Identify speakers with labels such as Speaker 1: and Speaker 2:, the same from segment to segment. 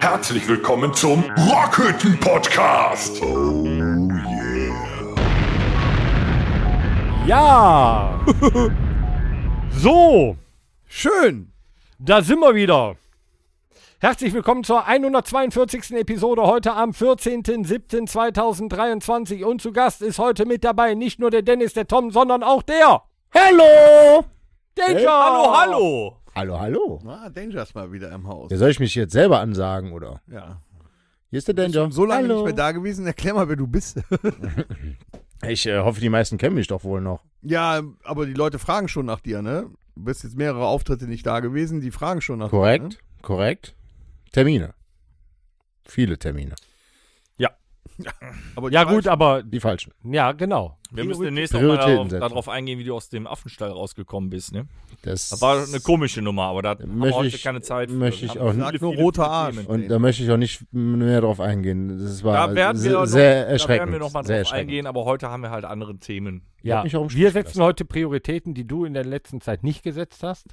Speaker 1: Herzlich willkommen zum Rockhütten Podcast. Oh yeah.
Speaker 2: Ja! so,
Speaker 3: Schön.
Speaker 2: da sind wir wieder. Herzlich willkommen zur 142. Episode heute am 14.07.2023 und zu Gast ist heute mit dabei nicht nur der Dennis, der Tom, sondern auch der
Speaker 4: Hallo!
Speaker 2: Danger.
Speaker 4: Hallo, hallo!
Speaker 3: Hallo, hallo.
Speaker 5: Na, Danger ist mal wieder im Haus.
Speaker 3: Ja, soll ich mich jetzt selber ansagen, oder?
Speaker 5: Ja.
Speaker 3: Hier ist der Danger.
Speaker 5: So lange
Speaker 3: hallo.
Speaker 5: nicht mehr da gewesen. Erklär mal, wer du bist.
Speaker 3: Ich äh, hoffe, die meisten kennen mich doch wohl noch.
Speaker 5: ja, aber die Leute fragen schon nach dir, ne? Du bist jetzt mehrere Auftritte nicht da gewesen, die fragen schon nach
Speaker 3: Korrekt,
Speaker 5: dir. ne?
Speaker 3: korrekt. Termine. Viele Termine.
Speaker 5: Ne? Aber die
Speaker 2: Ja
Speaker 5: fragen
Speaker 2: gut, aber
Speaker 3: Die falschen.
Speaker 2: ja genau.
Speaker 4: Wir müssen demnächst auch mal
Speaker 3: Prioritäten
Speaker 4: darauf,
Speaker 3: setzen.
Speaker 4: darauf eingehen, wie du aus dem Affenstall rausgekommen bist. Ne?
Speaker 3: Das,
Speaker 4: Das war eine komische Nummer, aber da haben wir
Speaker 3: Möchte
Speaker 4: heute
Speaker 3: ich-
Speaker 4: keine Zeit. ne?
Speaker 3: möchte ich
Speaker 4: Haben
Speaker 3: auch
Speaker 4: viele,
Speaker 5: nicht. Sag
Speaker 4: viele,
Speaker 5: nur roter
Speaker 4: viele
Speaker 5: Arsch.
Speaker 4: Themen.
Speaker 3: Und da möchte ich auch nicht mehr drauf eingehen. Das war
Speaker 4: da werden wir
Speaker 3: se-
Speaker 4: noch,
Speaker 3: sehr
Speaker 4: Da werden
Speaker 3: erschreckend.
Speaker 4: wir noch mal
Speaker 3: sehr
Speaker 4: drauf
Speaker 3: erschreckend.
Speaker 4: eingehen, aber heute haben wir halt andere Themen.
Speaker 2: Ja,
Speaker 3: hab mich auch im
Speaker 2: wir
Speaker 3: Stich
Speaker 2: setzen heute Prioritäten, die du in der letzten Zeit nicht gesetzt hast.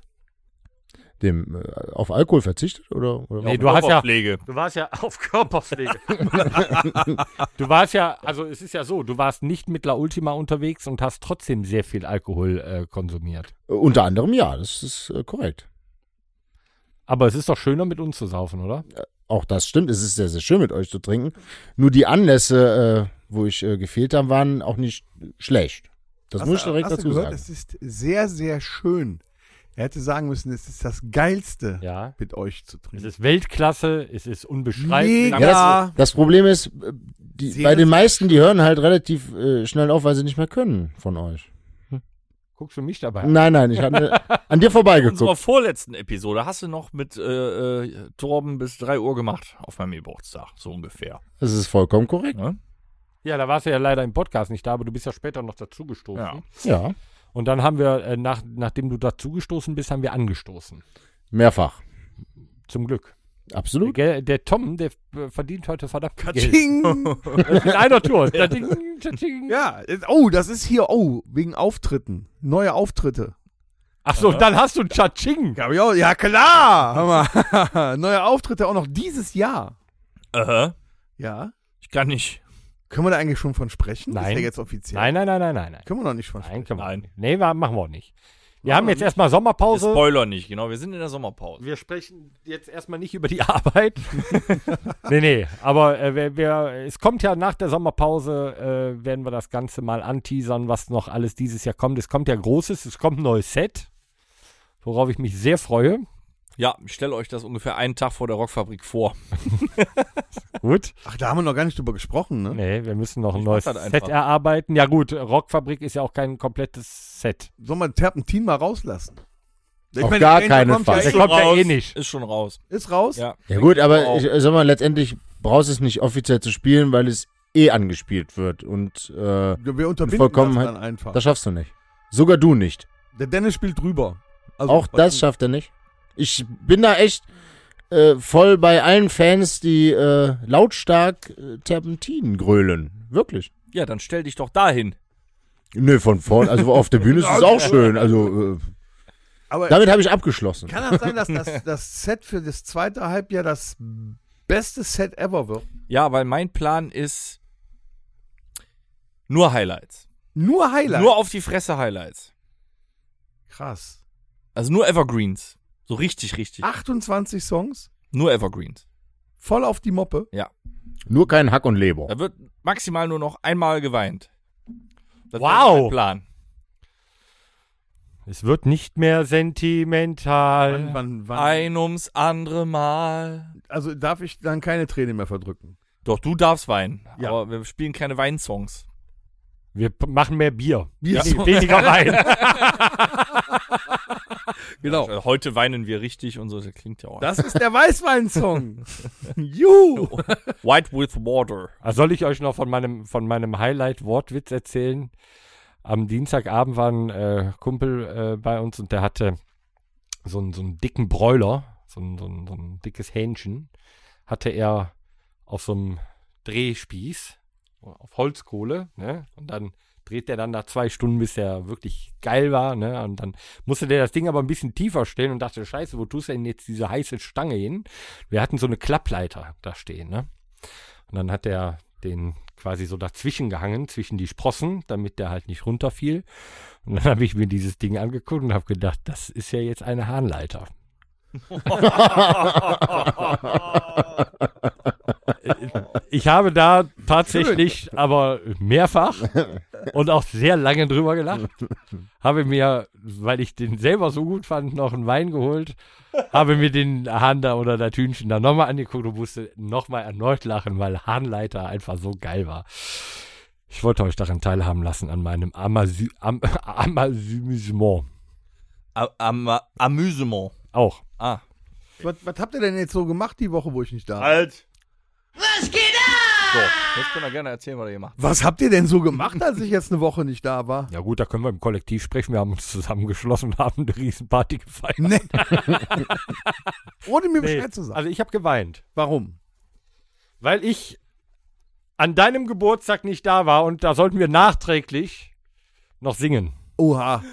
Speaker 3: Dem, äh, auf Alkohol verzichtet, oder? oder?
Speaker 2: Nee, du hast ja-
Speaker 4: Pflege.
Speaker 2: Du warst ja auf Körperpflege. du warst ja, also es ist ja so, du warst nicht mit La Ultima unterwegs und hast trotzdem sehr viel Alkohol äh, konsumiert.
Speaker 3: Äh, Unter anderem ja, das ist äh, korrekt.
Speaker 2: Aber es ist doch schöner, mit uns zu saufen, oder?
Speaker 3: Auch das stimmt. Es ist sehr, sehr schön, mit euch zu trinken. Nur die Anlässe, äh, wo ich äh, gefehlt habe, waren auch nicht schlecht. Das
Speaker 5: Hast
Speaker 3: muss ich
Speaker 5: du-
Speaker 3: direkt
Speaker 5: hast du
Speaker 3: dazu
Speaker 5: gehört?
Speaker 3: sagen.
Speaker 5: Es ist sehr, sehr schön. Er hätte sagen müssen, es ist das Geilste,
Speaker 2: Ja.
Speaker 5: mit euch zu
Speaker 2: Es
Speaker 5: trinken.
Speaker 2: ist Weltklasse, es ist unbeschreiblich.
Speaker 5: Mega.
Speaker 3: Ja,
Speaker 5: Ja.
Speaker 3: das, das Problem ist, äh, die,
Speaker 5: Sie
Speaker 3: bei den
Speaker 5: ist-
Speaker 3: meisten, die hören halt relativ äh, schnell auf, weil sie nicht mehr können von euch.
Speaker 2: Guckst du mich dabei an?
Speaker 3: Nein, nein, ich hatte an dir
Speaker 4: Unserer
Speaker 3: vorbeigeguckt.
Speaker 4: vorletzten Episode hast du noch mit äh, äh, Torben bis 3 Uhr gemacht auf meinem Geburtstag, so ungefähr.
Speaker 3: Das ist vollkommen korrekt.
Speaker 4: Ne?
Speaker 2: Ja, da warst du ja leider im Podcast nicht da, aber du bist ja später noch dazugestoßen.
Speaker 4: Ja.
Speaker 3: Ja,
Speaker 2: Und dann haben wir, äh, nach, nachdem du dazugestoßen bist, haben wir angestoßen.
Speaker 3: mehrfach.
Speaker 2: Zum Glück.
Speaker 3: Absolut.
Speaker 2: Der, der Tom, der äh, verdient heute verdammt viel Geld.
Speaker 5: Katsching!
Speaker 2: In einer Tour. Tsching, tsching.
Speaker 5: ja, es- oh, das ist hier, oh, wegen Auftritten. Neue Auftritte.
Speaker 2: Ach so, dann hast du ein Tschatsching.
Speaker 5: Ja, aber ja, ja klar! Hör mal. Neue Auftritte auch noch dieses Jahr.
Speaker 4: Aha.
Speaker 5: Ja.
Speaker 4: Ich kann nicht.
Speaker 5: Können wir da eigentlich schon von sprechen?
Speaker 2: Nein.
Speaker 5: Ist ja jetzt offiziell.
Speaker 2: Nein, nein, nein, nein, nein, nein.
Speaker 5: Können wir noch nicht von sprechen.
Speaker 2: Nein, können wir
Speaker 4: Nein.
Speaker 2: nicht. Nee, wa- machen wir auch nicht. Wir haben
Speaker 5: wir
Speaker 2: jetzt
Speaker 5: nicht.
Speaker 2: erstmal
Speaker 4: Wir
Speaker 2: Sommerpause.
Speaker 4: Spoiler nicht, genau. Wir sind in der Sommerpause.
Speaker 2: Wir sprechen jetzt erstmal nicht über die Arbeit. nee, nee, aber äh, wer, wer, es kommt ja nach der Sommerpause, äh, werden wir das Ganze mal anteasern, was noch alles dieses Jahr kommt. Es kommt ja Großes, es kommt ein neues Set, worauf ich mich sehr freue.
Speaker 4: Ja, ich stelle euch das ungefähr einen Tag vor der Rockfabrik vor.
Speaker 2: Gut.
Speaker 5: Ach, da haben wir noch gar nicht drüber gesprochen, ne?
Speaker 2: Nee, wir müssen noch ein
Speaker 4: Ich
Speaker 2: neues
Speaker 4: mach das
Speaker 2: Set
Speaker 4: einfach.
Speaker 2: erarbeiten. Ja gut, Rockfabrik ist ja auch kein komplettes Set.
Speaker 5: Soll man Terpentin mal rauslassen? Ich
Speaker 3: Auf gar
Speaker 5: Danger
Speaker 3: keinen
Speaker 5: kommt
Speaker 3: Fall.
Speaker 5: Ja,
Speaker 2: Der
Speaker 5: eh-
Speaker 2: kommt ja
Speaker 4: raus.
Speaker 2: eh nicht.
Speaker 4: Ist schon raus.
Speaker 5: ist raus.
Speaker 4: Ja.
Speaker 3: Ja gut, aber
Speaker 4: auch.
Speaker 3: ich, äh, sag mal, letztendlich brauchst du es nicht offiziell zu spielen, weil es eh angespielt wird. Und äh,
Speaker 5: Wir unterbinden
Speaker 3: Vollkommenheit.
Speaker 5: das dann einfach.
Speaker 3: das schaffst du nicht. Sogar du nicht.
Speaker 5: Der Dennis spielt drüber. Also
Speaker 3: Auch
Speaker 5: bei
Speaker 3: das
Speaker 5: ihm-
Speaker 3: schafft er nicht. Ich bin da echt äh, voll bei allen Fans, die äh, lautstark äh, Terpentinen grölen. Wirklich.
Speaker 4: Ja, dann stell dich doch dahin.
Speaker 3: Nö, von vorn, also auf der Bühne ist es auch schön. Also äh,
Speaker 5: Aber
Speaker 3: damit habe ich abgeschlossen.
Speaker 5: kann das sein, dass das, das Set für das zweite Halbjahr das beste Set ever wird?
Speaker 4: Ja, weil mein Plan ist nur Highlights.
Speaker 5: Nur Highlight.
Speaker 4: Nur auf die Fresse Highlights.
Speaker 5: Krass.
Speaker 4: Also nur Evergreens. So richtig,
Speaker 5: Ah.
Speaker 4: richtig.
Speaker 5: 28 Songs,
Speaker 4: Nur Evergreens.
Speaker 5: voll auf die Moppe.
Speaker 3: Nur kein Hack und Leber.
Speaker 4: Da wird maximal nur noch einmal geweint. Das
Speaker 2: Wow.
Speaker 4: ist mein Plan.
Speaker 2: Es wird nicht mehr sentimental.
Speaker 5: Wann, wann, wann,
Speaker 4: Ein ums andere Mal.
Speaker 5: also darf ich dann keine Träne mehr verdrücken.
Speaker 4: Doch, du darfst weinen.
Speaker 5: Ja.
Speaker 4: Aber wir spielen keine Weinsongs.
Speaker 2: Wir p- machen mehr Bier.
Speaker 5: Ja.
Speaker 2: Nee, Weniger Wein.
Speaker 5: Genau.
Speaker 4: Äh, Heute weinen wir richtig und so. Das klingt ja auch.
Speaker 5: Das ist der Weißwein-Song. Juhu.
Speaker 4: White with Water.
Speaker 2: Ah, Soll ich euch noch von meinem, von meinem Highlight-Wortwitz erzählen? Am Dienstagabend war ein äh, Kumpel äh, bei uns und der hatte so einen, so einen dicken Bräuler, so ein, so, ein, so ein dickes Hähnchen, hatte er auf so einem Drehspieß, auf Holzkohle, ne? Und dann dreht der dann nach zwei Stunden, bis der wirklich geil war, ne? Und dann musste der das Ding aber ein bisschen tiefer stellen und dachte, scheiße, wo tust du denn jetzt diese heiße Stange hin? Wir hatten so eine Klappleiter da stehen, ne? Und dann hat er den quasi so dazwischen gehangen, zwischen die Sprossen, damit der halt nicht runterfiel. Und dann habe ich mir dieses Ding angeguckt und habe gedacht, das ist ja jetzt eine Hahnleiter. Ich habe da tatsächlich aber mehrfach und auch sehr lange drüber gelacht. Habe mir, weil ich den selber so gut fand, noch einen Wein geholt. Habe mir den Hahn da oder das Hühnchen da nochmal angeguckt und musste nochmal erneut lachen, weil Hahnleiter einfach so geil war. Ich wollte euch daran teilhaben lassen, an meinem Amasü Am Amasümüsement.
Speaker 4: Am, am, Amüsement.
Speaker 2: Auch.
Speaker 4: Ah.
Speaker 5: Was, was habt ihr denn jetzt so gemacht die Woche, wo ich nicht da war?
Speaker 4: Alt. Was geht ab? So, jetzt könnt ihr gerne erzählen, was ihr gemacht
Speaker 5: Was habt ihr denn so gemacht, als ich jetzt eine Woche nicht da war?
Speaker 2: Ja gut, da können wir im Kollektiv sprechen. Wir haben uns zusammengeschlossen und haben eine Riesenparty gefeiert.
Speaker 5: Nee. Ohne mir
Speaker 2: Nee,
Speaker 5: Bescheid zu sagen.
Speaker 2: Also ich habe geweint,
Speaker 5: Warum?
Speaker 2: weil ich an deinem Geburtstag nicht da war und da sollten wir nachträglich noch singen.
Speaker 5: Oha.
Speaker 4: habt.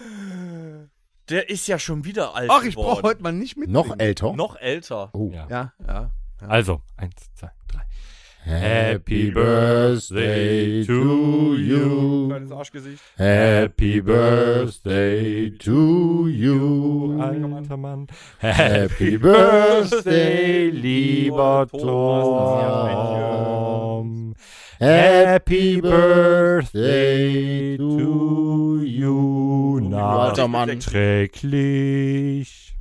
Speaker 4: Der ist ja schon wieder alt
Speaker 5: Ach, ich brauche
Speaker 4: geworden.
Speaker 5: heute mal nicht mit.
Speaker 3: Noch älter.
Speaker 4: Noch älter.
Speaker 3: Oh.
Speaker 2: Ja.
Speaker 5: Ja, ja.
Speaker 2: Also, eins, zwei, drei.
Speaker 3: Happy Birthday to you.
Speaker 4: Kleines Arschgesicht.
Speaker 3: Happy Birthday to you.
Speaker 2: Alter Mann.
Speaker 3: Happy Birthday, lieber Tom. Happy Birthday to you.
Speaker 4: Alter Mann.
Speaker 2: Nachträglich.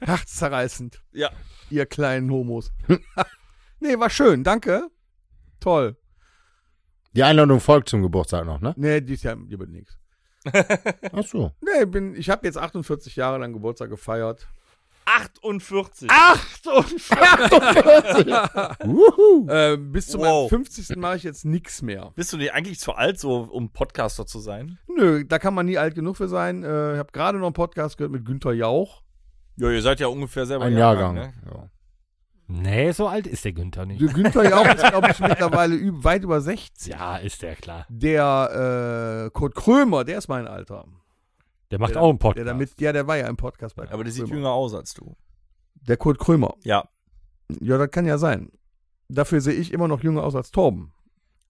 Speaker 5: Herzzerreißend.
Speaker 4: Ja.
Speaker 5: Ihr kleinen Homos. nee, war schön, danke. Toll.
Speaker 3: Die Einladung folgt zum Geburtstag noch, ne?
Speaker 5: Nee, dies Jahr gibt nichts.
Speaker 3: Ach so.
Speaker 5: Nee, bin, ich habe jetzt 48 Jahre lang Geburtstag gefeiert.
Speaker 4: 48.
Speaker 3: Wuhu.
Speaker 5: Äh, bis zu meinem
Speaker 4: Wow.
Speaker 5: 50. mache ich jetzt nichts mehr.
Speaker 4: Bist du dir eigentlich zu alt, so um Podcaster zu sein?
Speaker 5: Nö, da kann man nie alt genug für sein. Äh, ich habe gerade noch einen Podcast gehört mit Günther Jauch.
Speaker 4: Ja, ihr seid ja ungefähr selber
Speaker 3: Ein
Speaker 4: Jahrgang,
Speaker 3: Jahrgang. Ja.
Speaker 2: Nee, so alt ist der Günther nicht.
Speaker 5: Der Günther Jauch ist, glaube ich, mittlerweile üb- weit über 60.
Speaker 2: Ja, ist der klar.
Speaker 5: Der äh, Kurt Krömer, der ist mein Alter.
Speaker 2: Der macht
Speaker 4: Der-
Speaker 2: auch einen Podcast.
Speaker 5: Der damit, ja, der war ja im Podcast bei
Speaker 4: ne? Aber der sieht
Speaker 5: Krömer.
Speaker 4: jünger aus als du.
Speaker 5: Der Kurt Krömer.
Speaker 4: Ja,
Speaker 5: Ja, das kann ja sein. Dafür sehe ich immer noch jünger aus als Torben.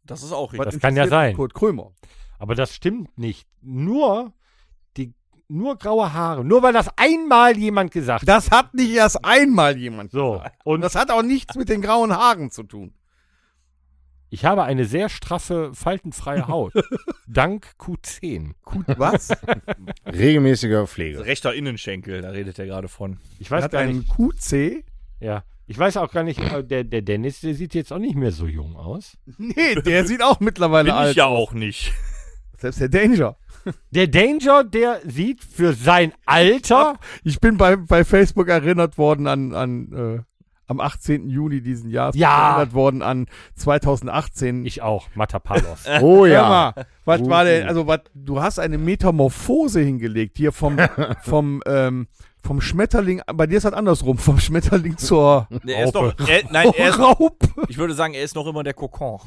Speaker 4: das ist auch
Speaker 5: Was
Speaker 4: richtig.
Speaker 2: Das kann ja
Speaker 5: interessiert
Speaker 2: sein.
Speaker 5: Kurt Krömer.
Speaker 2: Aber das stimmt nicht. Nur die nur graue Haare. Nur weil das einmal jemand gesagt hat.
Speaker 5: Das hat nicht erst einmal jemand.
Speaker 2: So.
Speaker 5: Und
Speaker 2: Und
Speaker 5: das hat auch nichts mit den grauen Haaren zu tun.
Speaker 2: ich habe eine sehr straffe, faltenfreie Haut. dank Q10.
Speaker 5: Gut, was?
Speaker 3: Regelmäßiger Pflege.
Speaker 4: Rechter Innenschenkel, da redet er gerade von.
Speaker 2: Ich
Speaker 5: Er
Speaker 2: weiß
Speaker 5: hat
Speaker 2: gar
Speaker 5: einen
Speaker 2: nicht.
Speaker 5: QC.
Speaker 2: Ja. Ich weiß auch gar nicht, äh, der, der Dennis, der sieht jetzt auch nicht mehr so jung aus.
Speaker 5: Nee, der sieht auch mittlerweile alt.
Speaker 4: ja auch nicht.
Speaker 5: Selbst der Danger.
Speaker 2: Der Danger, der sieht für sein Alter.
Speaker 5: Ich bin bei, bei Facebook erinnert worden an, an äh, am 18. Juni diesen Jahres.
Speaker 2: Ja.
Speaker 5: Erinnert worden an 2018.
Speaker 2: Ich auch, Matapalos.
Speaker 3: Oh
Speaker 5: Hör
Speaker 3: ja.
Speaker 5: mal, was war denn, also was, du hast eine Metamorphose hingelegt, hier vom, vom, ähm, vom Schmetterling, bei dir ist das andersrum, vom Schmetterling zur
Speaker 4: Nee, er ist noch, er, nein, er ist,
Speaker 5: Raupe.
Speaker 4: ich würde sagen, er ist noch immer der Kokon.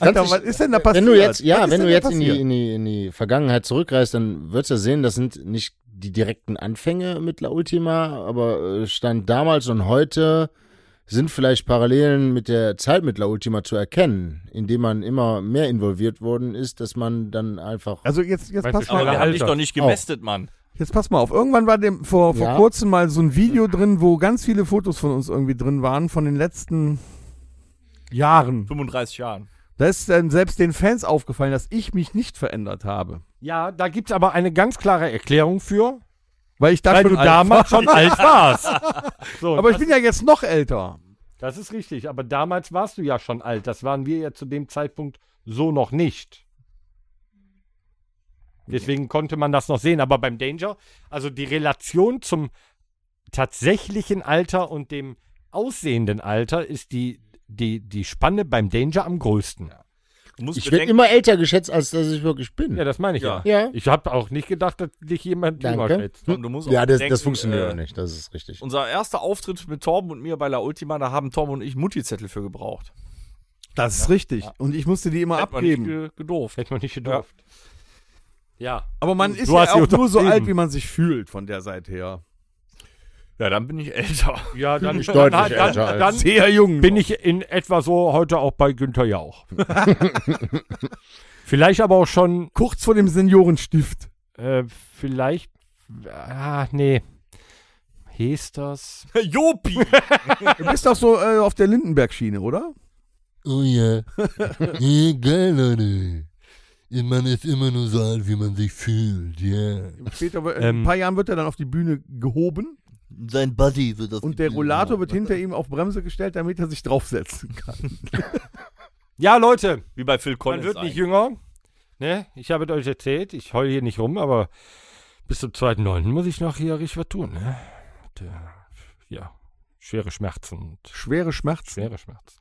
Speaker 5: Alter,
Speaker 3: ich-
Speaker 5: was ist denn da passiert?
Speaker 3: Wenn du jetzt, ja,
Speaker 5: Was
Speaker 3: wenn
Speaker 5: ist denn
Speaker 3: du
Speaker 5: da
Speaker 3: jetzt in die,
Speaker 5: passiert?
Speaker 3: in, die, in die Vergangenheit zurückreist, dann wirst du sehen, das sind nicht die direkten Anfänge mit La Ultima, aber äh, Stand damals und heute sind vielleicht Parallelen mit der Zeit mit La Ultima zu erkennen, indem man immer mehr involviert worden ist, dass man dann einfach.
Speaker 5: Also jetzt, jetzt
Speaker 2: Weißt du
Speaker 5: pass
Speaker 2: schon,
Speaker 5: mal
Speaker 4: Aber
Speaker 2: Alter.
Speaker 4: wir
Speaker 5: auf.
Speaker 4: haben dich doch nicht gemästet, Mann.
Speaker 5: Jetzt pass mal auf. Irgendwann war dem, vor, vor
Speaker 3: Ja.
Speaker 5: kurzem mal so ein Video drin, wo ganz viele Fotos von uns irgendwie drin waren, von den letzten Jahren.
Speaker 4: 35 Jahren.
Speaker 5: Da ist dann selbst den Fans aufgefallen, dass ich mich nicht verändert habe.
Speaker 2: ja, da gibt es aber eine ganz klare Erklärung für,
Speaker 5: Weil ich da
Speaker 2: weil
Speaker 5: schon
Speaker 2: du
Speaker 5: alt
Speaker 2: damals schon alt warst. So,
Speaker 5: war. Aber ich bin ja jetzt noch älter.
Speaker 2: Das ist richtig, aber damals warst du ja schon alt. Das waren wir ja zu dem Zeitpunkt so noch nicht. Deswegen konnte man das noch sehen. Aber beim Danger, also die Relation zum tatsächlichen Alter und dem aussehenden Alter ist die, die, die Spanne beim Danger am größten. Ja,
Speaker 4: Du musst
Speaker 3: Ich werde
Speaker 4: bedenken,
Speaker 3: immer älter geschätzt, als dass ich wirklich bin.
Speaker 2: das meine ich ja.
Speaker 4: Ja.
Speaker 3: Ja.
Speaker 2: Ich habe auch nicht gedacht, dass dich jemand
Speaker 3: Danke. Hm?
Speaker 2: überschätzt.
Speaker 4: Tom, du musst auch
Speaker 3: Ja, das,
Speaker 4: bedenken,
Speaker 3: das funktioniert
Speaker 4: äh,
Speaker 3: auch nicht, das ist richtig.
Speaker 4: Unser erster Auftritt mit Torben und mir bei La Ultima, da haben Torben und ich Mutti-Zettel für gebraucht.
Speaker 5: Das ist richtig. Und ich musste die immer
Speaker 4: Hätte man nicht
Speaker 5: abgeben.
Speaker 4: ge- gedurft.
Speaker 2: Hätte man nicht gedurft. Ja.
Speaker 5: Aber man ist
Speaker 2: Du hast
Speaker 5: ja
Speaker 2: sie
Speaker 5: auch nur so
Speaker 2: untertrieben.
Speaker 5: alt, wie man sich fühlt von der Seite her.
Speaker 4: Ja, dann bin ich älter.
Speaker 2: Ja, dann,
Speaker 3: Ich deutlich älter als-
Speaker 2: dann
Speaker 5: Sehr jung.
Speaker 2: bin ich in etwa so heute auch bei Günther Jauch. vielleicht aber auch schon,
Speaker 5: kurz vor dem Seniorenstift.
Speaker 2: äh, vielleicht, ah, nee. Hesters.
Speaker 4: Jopi!
Speaker 5: Du bist doch so äh, auf der Lindenberg-Schiene, oder?
Speaker 6: Oh ja. ja. Geil, Leute. Man ist immer nur so alt, wie man sich fühlt, ja.
Speaker 5: Später, wird- in
Speaker 2: Ähm.
Speaker 5: ein paar Jahren wird er dann auf die Bühne gehoben
Speaker 6: Sein Buddy wird das.
Speaker 5: und der Rollator wird hinter ihm auf Bremse gestellt, damit er sich draufsetzen kann.
Speaker 2: Ja, Leute,
Speaker 4: Wie bei Phil Collins.
Speaker 2: man wird nicht
Speaker 4: eigentlich.
Speaker 2: jünger. Ne? Ich habe es euch erzählt, ich heul hier nicht rum, aber bis zum 2.9. muss ich noch hier richtig was tun. Ne? Und, äh, ja, schwere Schmerzen. Und
Speaker 5: Schwere Schmerzen.
Speaker 2: schwere Schmerzen.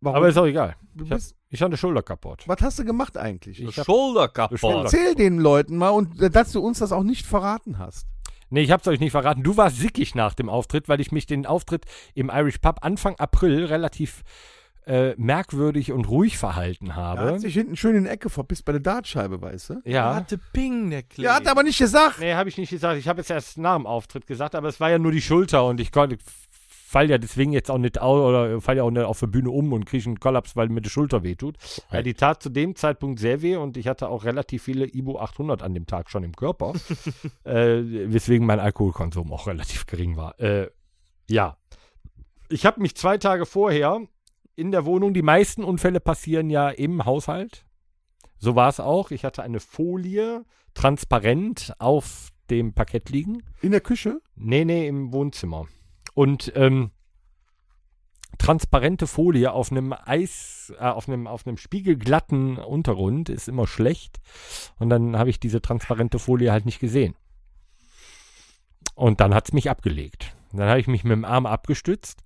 Speaker 5: Warum?
Speaker 2: Aber ist auch egal.
Speaker 5: du
Speaker 2: Ich hab-
Speaker 5: bist,
Speaker 2: Ich hatte Schulter kaputt.
Speaker 5: was hast du gemacht eigentlich?
Speaker 2: Ich hab-
Speaker 4: Shoulder
Speaker 2: Shoulder-
Speaker 4: kaputt.
Speaker 5: Erzähl den Leuten mal und äh, dass du uns das auch nicht verraten hast.
Speaker 2: Nee, ich hab's euch nicht verraten. Du warst sickig nach dem Auftritt, weil ich mich den Auftritt im Irish Pub Anfang April relativ äh, merkwürdig und ruhig verhalten
Speaker 5: Er
Speaker 2: habe.
Speaker 5: hat sich hinten schön in die Ecke verpisst bei der Dartscheibe, weißt du?
Speaker 2: Ja.
Speaker 4: Hatte Ping, der Klee.
Speaker 5: Ja, hat er aber nicht gesagt.
Speaker 2: Nee, habe ich nicht gesagt. Ich habe es erst nach dem Auftritt gesagt, aber es war ja nur die Schulter und ich konnte fall ja deswegen jetzt auch nicht au oder fall ja auch nicht auf der Bühne um und kriege einen Kollaps, weil mir die Schulter wehtut. Ja, die tat zu dem Zeitpunkt sehr weh und ich hatte auch relativ viele Ibu 800 an dem Tag schon im Körper, äh, weswegen mein Alkoholkonsum auch relativ gering war. Äh, ja, ich habe mich zwei Tage vorher in der Wohnung, die meisten Unfälle passieren ja im Haushalt. So war es auch. Ich hatte eine Folie transparent auf dem Parkett liegen.
Speaker 5: In der Küche?
Speaker 2: Nee, nee, im Wohnzimmer. Und ähm, transparente Folie auf einem Eis, äh, auf einem, auf einem spiegelglatten Untergrund ist immer schlecht. Und dann habe ich diese transparente Folie halt nicht gesehen. Und dann hat es mich abgelegt. Und Dann habe ich mich mit dem Arm abgestützt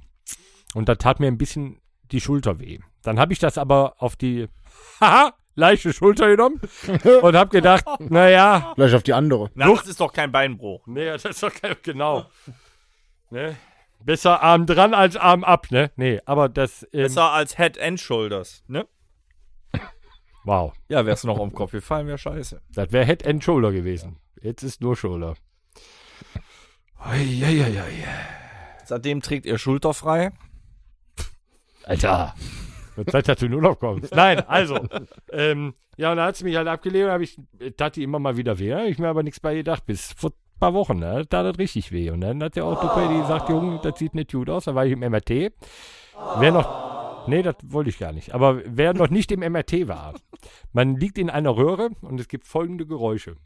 Speaker 2: und da tat mir ein bisschen die Schulter weh. Dann habe ich das aber auf die haha, leichte Schulter genommen und habe gedacht, naja,
Speaker 3: Vielleicht auf die andere.
Speaker 4: Na, das ist doch kein Beinbruch.
Speaker 2: Nee, das ist doch kein, genau. ne? Besser Arm dran als Arm ab, ne? Nee, aber das. Ähm,
Speaker 4: Besser als Head and Shoulders, ne?
Speaker 2: Wow,
Speaker 4: Ja, wär's noch auf den Kopf gefallen, wäre scheiße.
Speaker 2: das wäre Head and Shoulder gewesen. Jetzt ist nur Shoulder. Eieieiei.
Speaker 4: Seitdem trägt ihr Schulter frei.
Speaker 2: Alter. Wird Zeit, dass du in Urlaub kommst. Nein, also. ähm, ja, und dann hat sie mich halt abgelehnt, habe ich, tat die immer mal wieder weh. Hab ich mir aber nichts bei gedacht, bis vor ein paar Wochen, ne? Da tat das richtig weh. Und dann hat der Orthopäde gesagt, Junge, das sieht nicht gut aus. Da war ich im MRT. Wer noch. Nee, das wollte ich gar nicht. Aber wer noch nicht im MRT war, man liegt in einer Röhre und es gibt folgende Geräusche.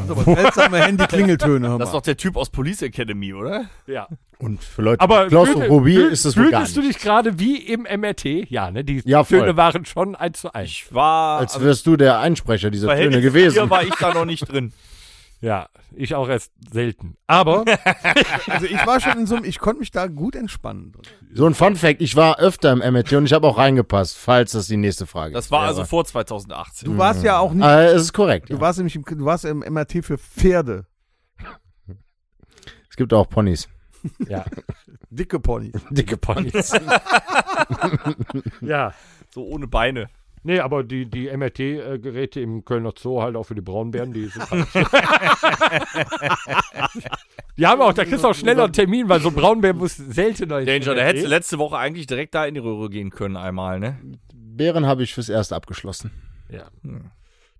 Speaker 5: Also, aber seltsame Handy-Klingeltöne, hör
Speaker 4: Das ist
Speaker 5: mal.
Speaker 4: doch der Typ aus Police Academy, oder?
Speaker 2: Ja.
Speaker 3: Und für Leute
Speaker 2: Aber
Speaker 3: mit Klaustrophobie
Speaker 2: fühl-
Speaker 3: ist das wohl
Speaker 2: fühltest
Speaker 3: gar nicht.
Speaker 2: du dich gerade wie im MRT? Ja, ne? Die
Speaker 3: Ja, voll.
Speaker 2: Töne waren schon eins zu eins.
Speaker 4: Ich war.
Speaker 3: als wärst du der Einsprecher dieser Töne
Speaker 4: Ah, Hier
Speaker 3: gewesen.
Speaker 4: war ich da noch nicht drin.
Speaker 2: Ja, ich auch erst selten. Aber
Speaker 5: Also, ich war schon in so einem, ich konnte mich da gut entspannen.
Speaker 3: So ein Fun Fact, ich war öfter im MRT und ich habe auch reingepasst, falls das die nächste Frage
Speaker 4: Das
Speaker 3: ist.
Speaker 4: war
Speaker 3: Ja,
Speaker 4: also vor 2018.
Speaker 5: Du warst ja auch nicht.
Speaker 3: aber- Äh, es ist korrekt.
Speaker 5: Du
Speaker 3: Ja.
Speaker 5: warst nämlich im, du warst im MRT für Pferde.
Speaker 3: Es gibt auch Ponys.
Speaker 2: ja,
Speaker 5: Dicke Pony.
Speaker 3: Dicke Ponys.
Speaker 2: ja.
Speaker 4: So ohne Beine.
Speaker 2: Nee, aber die, die MRT-Geräte im Kölner Zoo halt auch für die Braunbären, die sind halt Die haben auch, da kriegst du auch schneller einen Termin, weil so ein Braunbär muss seltener ins
Speaker 4: Danger, da
Speaker 2: MRT.
Speaker 4: hättest du letzte Woche eigentlich direkt da in die Röhre gehen können, einmal, ne?
Speaker 3: Bären habe ich fürs Erste abgeschlossen.
Speaker 2: Ja.
Speaker 4: Hm.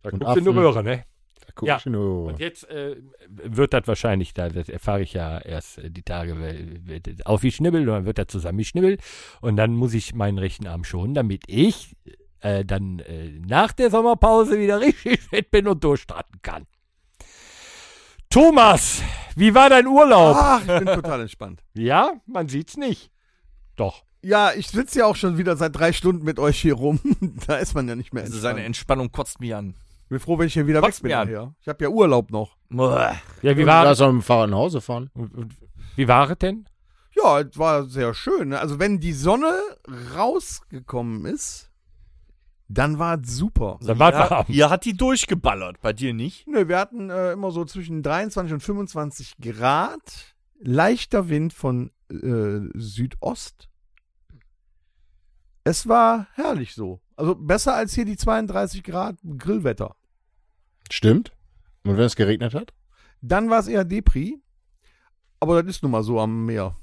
Speaker 2: Da
Speaker 3: Und
Speaker 2: guckst du in die
Speaker 3: Affen.
Speaker 2: Röhre, ne?
Speaker 3: Da guck
Speaker 2: Ja.
Speaker 3: ich nur.
Speaker 2: Und jetzt äh, wird das wahrscheinlich, da, das erfahre ich ja erst äh, die Tage, weil- weil das auf wie Schnibbel und dann wird das zusammen wie Schnibbel. Und dann muss ich meinen rechten Arm schonen, damit ich äh, dann äh, nach der Sommerpause wieder richtig fit bin und durchstarten kann. Thomas, wie war dein Urlaub?
Speaker 5: Ach, ich bin total entspannt.
Speaker 2: Ja, man sieht's nicht. Doch.
Speaker 5: Ja, ich sitze ja auch schon wieder seit drei Stunden mit euch hier rum. Da ist man ja nicht mehr
Speaker 4: Also seine
Speaker 5: entspannt.
Speaker 4: Entspannung kotzt mich an.
Speaker 5: Ich bin froh, wenn ich hier wieder weg
Speaker 4: Kotzt
Speaker 5: bin.
Speaker 4: mir an.
Speaker 5: nachher. Ich habe ja Urlaub noch.
Speaker 4: Boah.
Speaker 2: Ja, wie
Speaker 3: Wir waren.
Speaker 2: war,
Speaker 3: Lass auch mit dem Fahrrad nach Hause fahren.
Speaker 2: wie war es denn?
Speaker 5: Ja, es war sehr schön. ne? Also wenn die Sonne rausgekommen ist, dann war es super.
Speaker 2: Dann warten wir
Speaker 4: Ja,
Speaker 2: ab.
Speaker 4: Ihr hat die durchgeballert, bei dir nicht?
Speaker 5: Nö, wir hatten äh, immer so zwischen 23 und 25 Grad, leichter Wind von äh, Südost. Es war herrlich so. Also besser als hier die 32 Grad Grillwetter.
Speaker 3: Stimmt. Und wenn es geregnet hat?
Speaker 5: Dann war es eher Depri. Aber das ist nun mal so am Meer.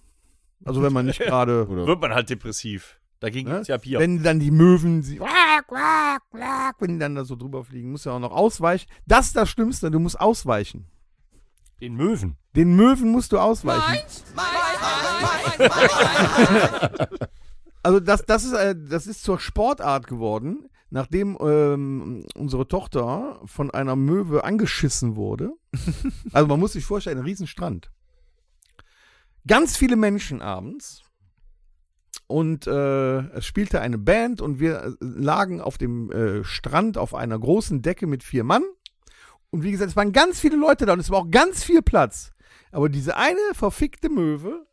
Speaker 5: Also wenn man nicht gerade.
Speaker 3: Oder?
Speaker 4: Wird man halt depressiv. Dagegen
Speaker 5: Ne?
Speaker 4: gibt's ja Bier.
Speaker 5: Wenn dann die Möwen, sie, quack, quack, quack, wenn die dann da so drüber fliegen, musst du ja auch noch ausweichen. Das ist das Schlimmste, du musst ausweichen.
Speaker 2: Den Möwen.
Speaker 5: Den Möwen musst du ausweichen. Also das, das, ist, äh, das ist zur Sportart geworden, nachdem ähm, unsere Tochter von einer Möwe angeschissen wurde. Also man muss sich vorstellen, ein Riesenstrand. Ganz viele Menschen abends. Und äh, es spielte eine Band und wir äh, lagen auf dem äh, Strand auf einer großen Decke mit vier Mann. Und wie gesagt, es waren ganz viele Leute da und es war auch ganz viel Platz. Aber diese eine verfickte Möwe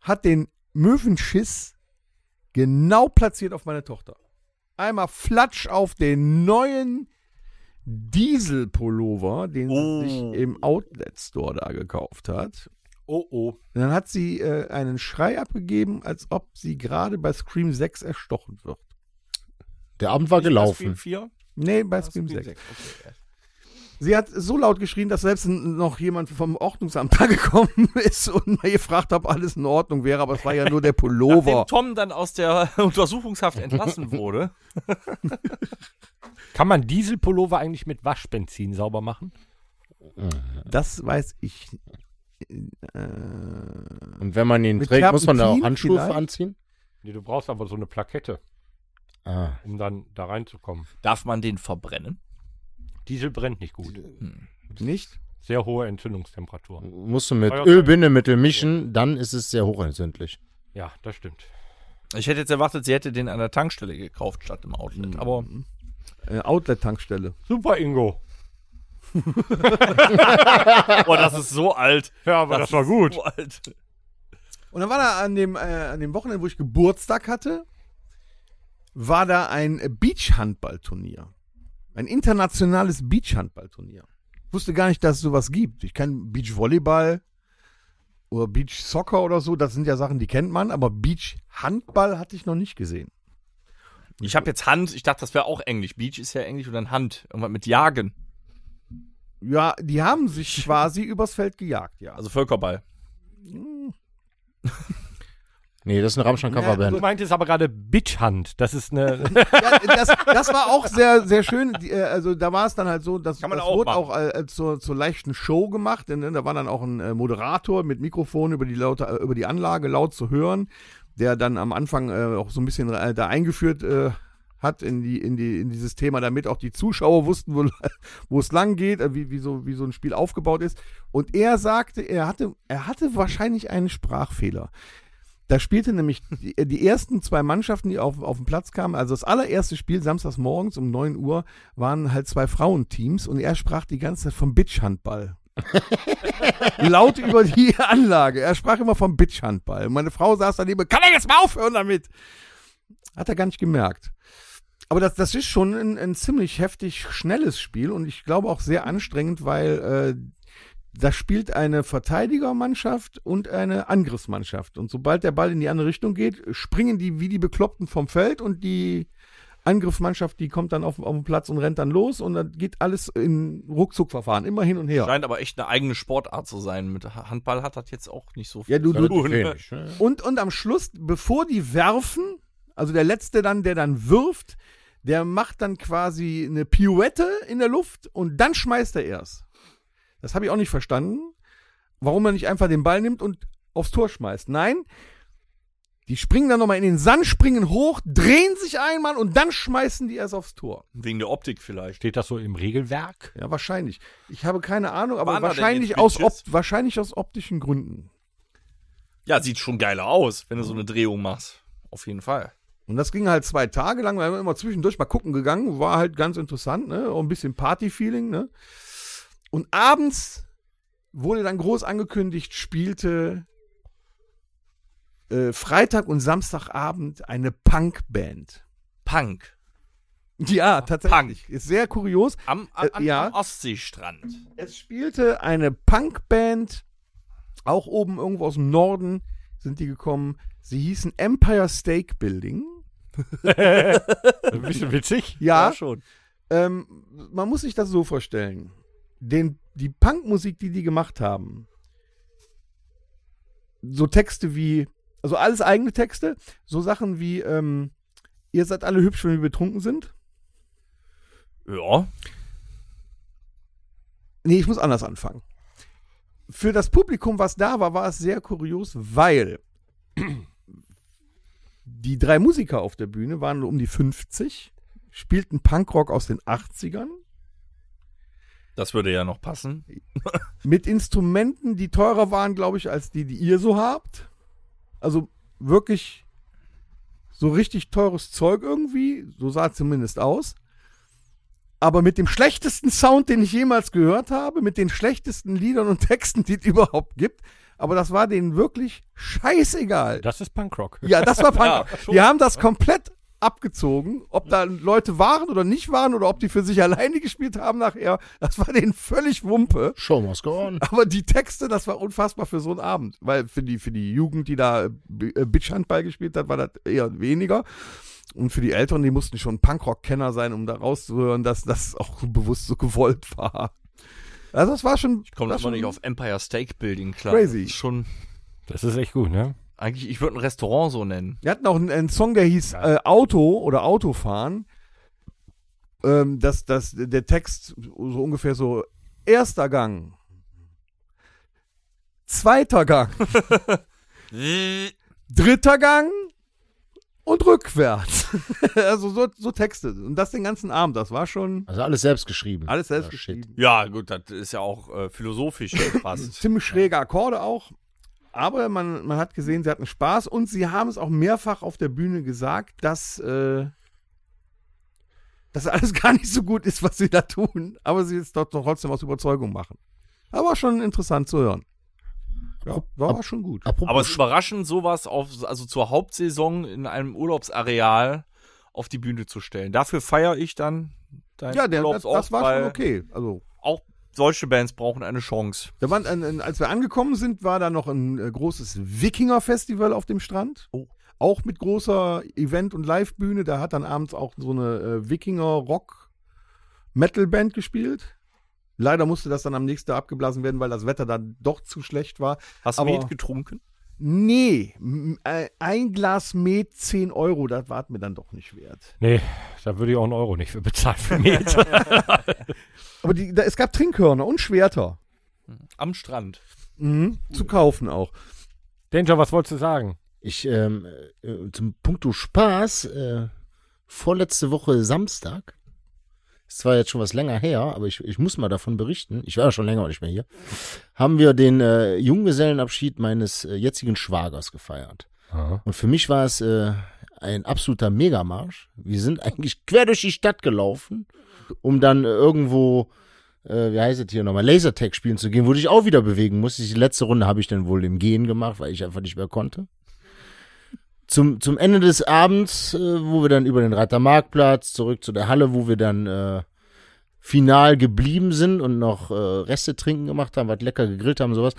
Speaker 5: hat den Möwenschiss genau platziert auf meine Tochter. Einmal Flatsch auf den neuen Dieselpullover, den sie sich im Outlet Store da gekauft hat.
Speaker 2: Oh, oh.
Speaker 5: Und dann hat sie äh, einen Schrei abgegeben, als ob sie gerade bei Scream 6 erstochen wird.
Speaker 3: Der Abend war
Speaker 4: Spiel
Speaker 3: gelaufen.
Speaker 4: vier?
Speaker 5: Nee, bei Scream 6. Sie hat so laut geschrien, dass selbst n- noch jemand vom Ordnungsamt da gekommen ist und mal gefragt, ob alles in Ordnung wäre, aber es war ja nur der
Speaker 4: Nachdem
Speaker 5: Pullover.
Speaker 4: Tom dann aus der Untersuchungshaft entlassen wurde.
Speaker 2: Kann man Dieselpullover eigentlich mit Waschbenzin sauber machen?
Speaker 5: Das weiß ich.
Speaker 3: Und wenn man ihn
Speaker 5: Mit
Speaker 3: trägt, muss man da auch
Speaker 5: Terpentin
Speaker 3: Handschuhe
Speaker 5: vielleicht?
Speaker 3: anziehen?
Speaker 2: Nee, du brauchst aber so eine Plakette,
Speaker 3: Ah.
Speaker 2: um dann da reinzukommen.
Speaker 4: Darf man den verbrennen?
Speaker 2: Diesel brennt nicht gut.
Speaker 5: Nicht?
Speaker 2: Sehr hohe Entzündungstemperatur.
Speaker 3: Musst du mit
Speaker 2: Feuerzeug.
Speaker 3: Ölbindemittel mischen, dann ist es sehr hochentzündlich.
Speaker 2: Ja, das stimmt.
Speaker 4: Ich hätte jetzt erwartet, sie hätte den an der Tankstelle gekauft statt im Outlet. Aber
Speaker 5: Äh, Outlet-Tankstelle.
Speaker 2: Super, Ingo.
Speaker 4: oh, das ist so alt.
Speaker 2: Ja, aber
Speaker 4: ist So alt.
Speaker 5: Und dann war da an dem, äh, an dem Wochenende, wo ich Geburtstag hatte, war da ein Beachhandballturnier. Ein internationales Beachhandballturnier. Ich wusste gar nicht, dass es sowas gibt. Ich kann Beachvolleyball oder Beach Soccer oder so, das sind ja Sachen, die kennt man, aber Beachhandball hatte ich noch nicht gesehen.
Speaker 4: Ich habe jetzt Hand, ich dachte, das wäre auch Englisch. Beach ist ja Englisch und dann Hand. Irgendwas mit Jagen.
Speaker 5: Ja, die haben sich quasi übers Feld gejagt, ja. Also,
Speaker 4: Also Völkerball.
Speaker 3: Nee, das ist eine Rammstein-Coverband.
Speaker 2: Du meintest aber gerade Bitchhand. Das ist eine.
Speaker 5: ja, das, das war auch sehr, sehr schön. Die, äh, Also da war es dann halt so, dass
Speaker 4: Kann man
Speaker 5: das
Speaker 4: auch
Speaker 5: wurde
Speaker 4: machen.
Speaker 5: auch äh, äh, zur, zur leichten Show gemacht. Denn, äh, da war dann auch ein äh, Moderator mit Mikrofon über die, laute, äh, über die Anlage laut zu hören, der dann am Anfang äh, auch so ein bisschen äh, da eingeführt äh, hat in, die, in, die, in dieses Thema, damit auch die Zuschauer wussten, wo, wo es lang geht, äh, wie, wie, so, wie so ein Spiel aufgebaut ist. Und er sagte, er hatte, er hatte wahrscheinlich einen Sprachfehler. Da spielte nämlich die, äh, die ersten zwei Mannschaften, die auf, auf den Platz kamen. Also das allererste Spiel samstags morgens um 9 Uhr waren halt zwei Frauenteams und er sprach die ganze Zeit vom Bitchhandball. Laut über die Anlage. Er sprach immer vom Bitchhandball. Und meine Frau saß daneben, kann er jetzt mal aufhören damit? Hat er gar nicht gemerkt. Aber das, das ist schon ein, ein ziemlich heftig schnelles Spiel und ich glaube auch sehr anstrengend, weil äh, da spielt eine Verteidigermannschaft und eine Angriffsmannschaft. Und sobald der Ball in die andere Richtung geht, springen die wie die Bekloppten vom Feld und die Angriffsmannschaft, die kommt dann auf, auf den Platz und rennt dann los und dann geht alles in Ruckzuckverfahren, immer hin und her.
Speaker 4: Scheint aber echt eine eigene Sportart zu sein. Mit Handball hat das jetzt auch nicht so viel
Speaker 5: Ja, du,
Speaker 4: zu
Speaker 5: du,
Speaker 4: tun.
Speaker 3: Wenig, ne?
Speaker 5: und, und am Schluss, bevor die werfen, also der Letzte dann, der dann wirft, der macht dann quasi eine Pirouette in der Luft und dann schmeißt er erst. Das habe ich auch nicht verstanden, warum er nicht einfach den Ball nimmt und aufs Tor schmeißt. Nein, die springen dann nochmal in den Sand, springen hoch, drehen sich einmal und dann schmeißen die erst aufs Tor.
Speaker 4: Wegen der Optik vielleicht.
Speaker 2: Steht das so im Regelwerk?
Speaker 5: Ja, wahrscheinlich. Ich habe keine Ahnung, aber
Speaker 4: Waren da denn
Speaker 5: wahrscheinlich
Speaker 4: jetzt
Speaker 5: aus, op
Speaker 4: Bitches?
Speaker 5: wahrscheinlich aus optischen Gründen.
Speaker 4: Ja, sieht schon geiler aus, wenn du so eine Drehung machst. Auf jeden Fall.
Speaker 5: Und das ging halt zwei Tage lang, weil wir immer zwischendurch mal gucken gegangen, war halt ganz interessant, ne? Auch ein bisschen Party-Feeling, ne? Und abends wurde dann groß angekündigt, spielte äh, Freitag und Samstagabend eine Punkband.
Speaker 4: Punk.
Speaker 5: Ja, tatsächlich. Ist sehr kurios.
Speaker 4: Am, am,
Speaker 5: Äh, ja.
Speaker 4: am Ostseestrand.
Speaker 5: Es spielte eine Punkband, auch oben irgendwo aus dem Norden sind die gekommen. Sie hießen Empire State Building.
Speaker 2: Ein bisschen witzig.
Speaker 5: Ja,
Speaker 4: schon.
Speaker 5: ähm, man muss sich das so vorstellen. Den, die Punkmusik, die die gemacht haben, so Texte wie, also alles eigene Texte, so Sachen wie, ähm, ihr seid alle hübsch, wenn wir betrunken sind.
Speaker 4: Ja.
Speaker 5: Nee, ich muss anders anfangen. Für das Publikum, was da war, war es sehr kurios, weil die drei Musiker auf der Bühne waren um die 50, spielten Punkrock aus den 80ern
Speaker 4: Das würde ja noch passen.
Speaker 5: mit Instrumenten, die teurer waren, glaube ich, als die, die ihr so habt. Also wirklich so richtig teures Zeug irgendwie, so sah es zumindest aus. Aber mit dem schlechtesten Sound, den ich jemals gehört habe, mit den schlechtesten Liedern und Texten, die es überhaupt gibt. Aber das war denen wirklich scheißegal.
Speaker 2: Das ist Punkrock.
Speaker 5: Ja, das war Punk.
Speaker 4: Ja, schon.
Speaker 5: die haben das komplett abgezogen, ob da Leute waren oder nicht waren oder ob die für sich alleine gespielt haben nachher. Das war denen völlig Wumpe.
Speaker 3: Show must go on.
Speaker 5: Aber die Texte, das war unfassbar für so einen Abend. Weil für die, für die Jugend, die da äh, B- äh, Bitch-Handball gespielt hat, war das eher weniger. Und für die Eltern, die mussten schon Punkrock-Kenner sein, um da rauszuhören, dass das auch bewusst so gewollt war. Also das war schon.
Speaker 4: Ich komme
Speaker 5: das
Speaker 4: immer
Speaker 5: schon-
Speaker 4: nicht auf Empire State Building klar.
Speaker 5: Crazy.
Speaker 4: Das ist Schon,
Speaker 2: Das ist echt gut, ne?
Speaker 4: eigentlich, ich würde ein Restaurant so nennen.
Speaker 5: Wir hatten auch einen, einen Song, der hieß äh, Auto oder Autofahren. Ähm, das, das, der Text so ungefähr so: erster Gang, zweiter Gang, dritter Gang und rückwärts. also so, so Texte. Und das den ganzen Abend. Das war schon
Speaker 3: Also alles selbst geschrieben.
Speaker 5: alles selbst
Speaker 3: Ja, Ah, shit.
Speaker 5: geschrieben.
Speaker 4: Ja, gut, das ist ja auch äh, philosophisch fast.
Speaker 5: Ziemlich schräge Akkorde auch. Aber man, man hat gesehen, sie hatten Spaß und sie haben es auch mehrfach auf der Bühne gesagt, dass, äh, dass alles gar nicht so gut ist, was sie da tun, aber sie es dort noch trotzdem aus Überzeugung machen. Aber schon interessant zu hören. Ja, war, war schon gut.
Speaker 3: Apropos
Speaker 4: Aber es ist überraschend, sowas auf, also zur Hauptsaison in einem Urlaubsareal auf die Bühne zu stellen. Dafür feiere ich dann deinen
Speaker 5: Ja, der, das,
Speaker 4: Urlaubsort,
Speaker 5: das war
Speaker 4: weil
Speaker 5: schon okay. Also,
Speaker 4: Auch solche Bands brauchen eine Chance.
Speaker 5: da waren, ein, ein, als wir angekommen sind, war da noch ein äh, großes Wikinger-Festival auf dem Strand.
Speaker 4: Oh.
Speaker 5: Auch mit großer Event- und Live-Bühne. Da hat dann abends auch so eine äh, Wikinger-Rock-Metal-Band gespielt. Leider musste das dann am nächsten Tag abgeblasen werden, weil das Wetter dann doch zu schlecht war.
Speaker 4: Hast du
Speaker 5: Aber-
Speaker 4: Met getrunken?
Speaker 5: Nee, m- äh, ein Glas Met 10 Euro, das war mir dann doch nicht wert.
Speaker 2: Nee, da würde ich auch einen Euro nicht für bezahlen für Met.
Speaker 5: Aber die, da, es gab Trinkhörner und Schwerter.
Speaker 4: Am Strand.
Speaker 5: Mhm, Zu kaufen auch.
Speaker 2: Danger, was wolltest du sagen?
Speaker 3: Ich, ähm, äh, zum Punkto Spaß, äh, vorletzte Woche Samstag, ist zwar jetzt schon was länger her, aber ich, ich muss mal davon berichten, ich war ja schon länger nicht mehr hier, haben wir den äh, Junggesellenabschied meines äh, jetzigen Schwagers gefeiert. Und für mich war es äh, ein absoluter Megamarsch. Wir sind eigentlich quer durch die Stadt gelaufen, um dann äh, irgendwo, äh, wie heißt es hier nochmal, Lasertag spielen zu gehen, wo du dich auch wieder bewegen musst. Die letzte Runde habe ich dann wohl im Gehen gemacht, weil ich einfach nicht mehr konnte. Zum, zum Ende des Abends, äh, wo wir dann über den Rattermarktplatz zurück zu der Halle, wo wir dann äh, final geblieben sind und noch äh, Reste trinken gemacht haben, was lecker gegrillt haben, sowas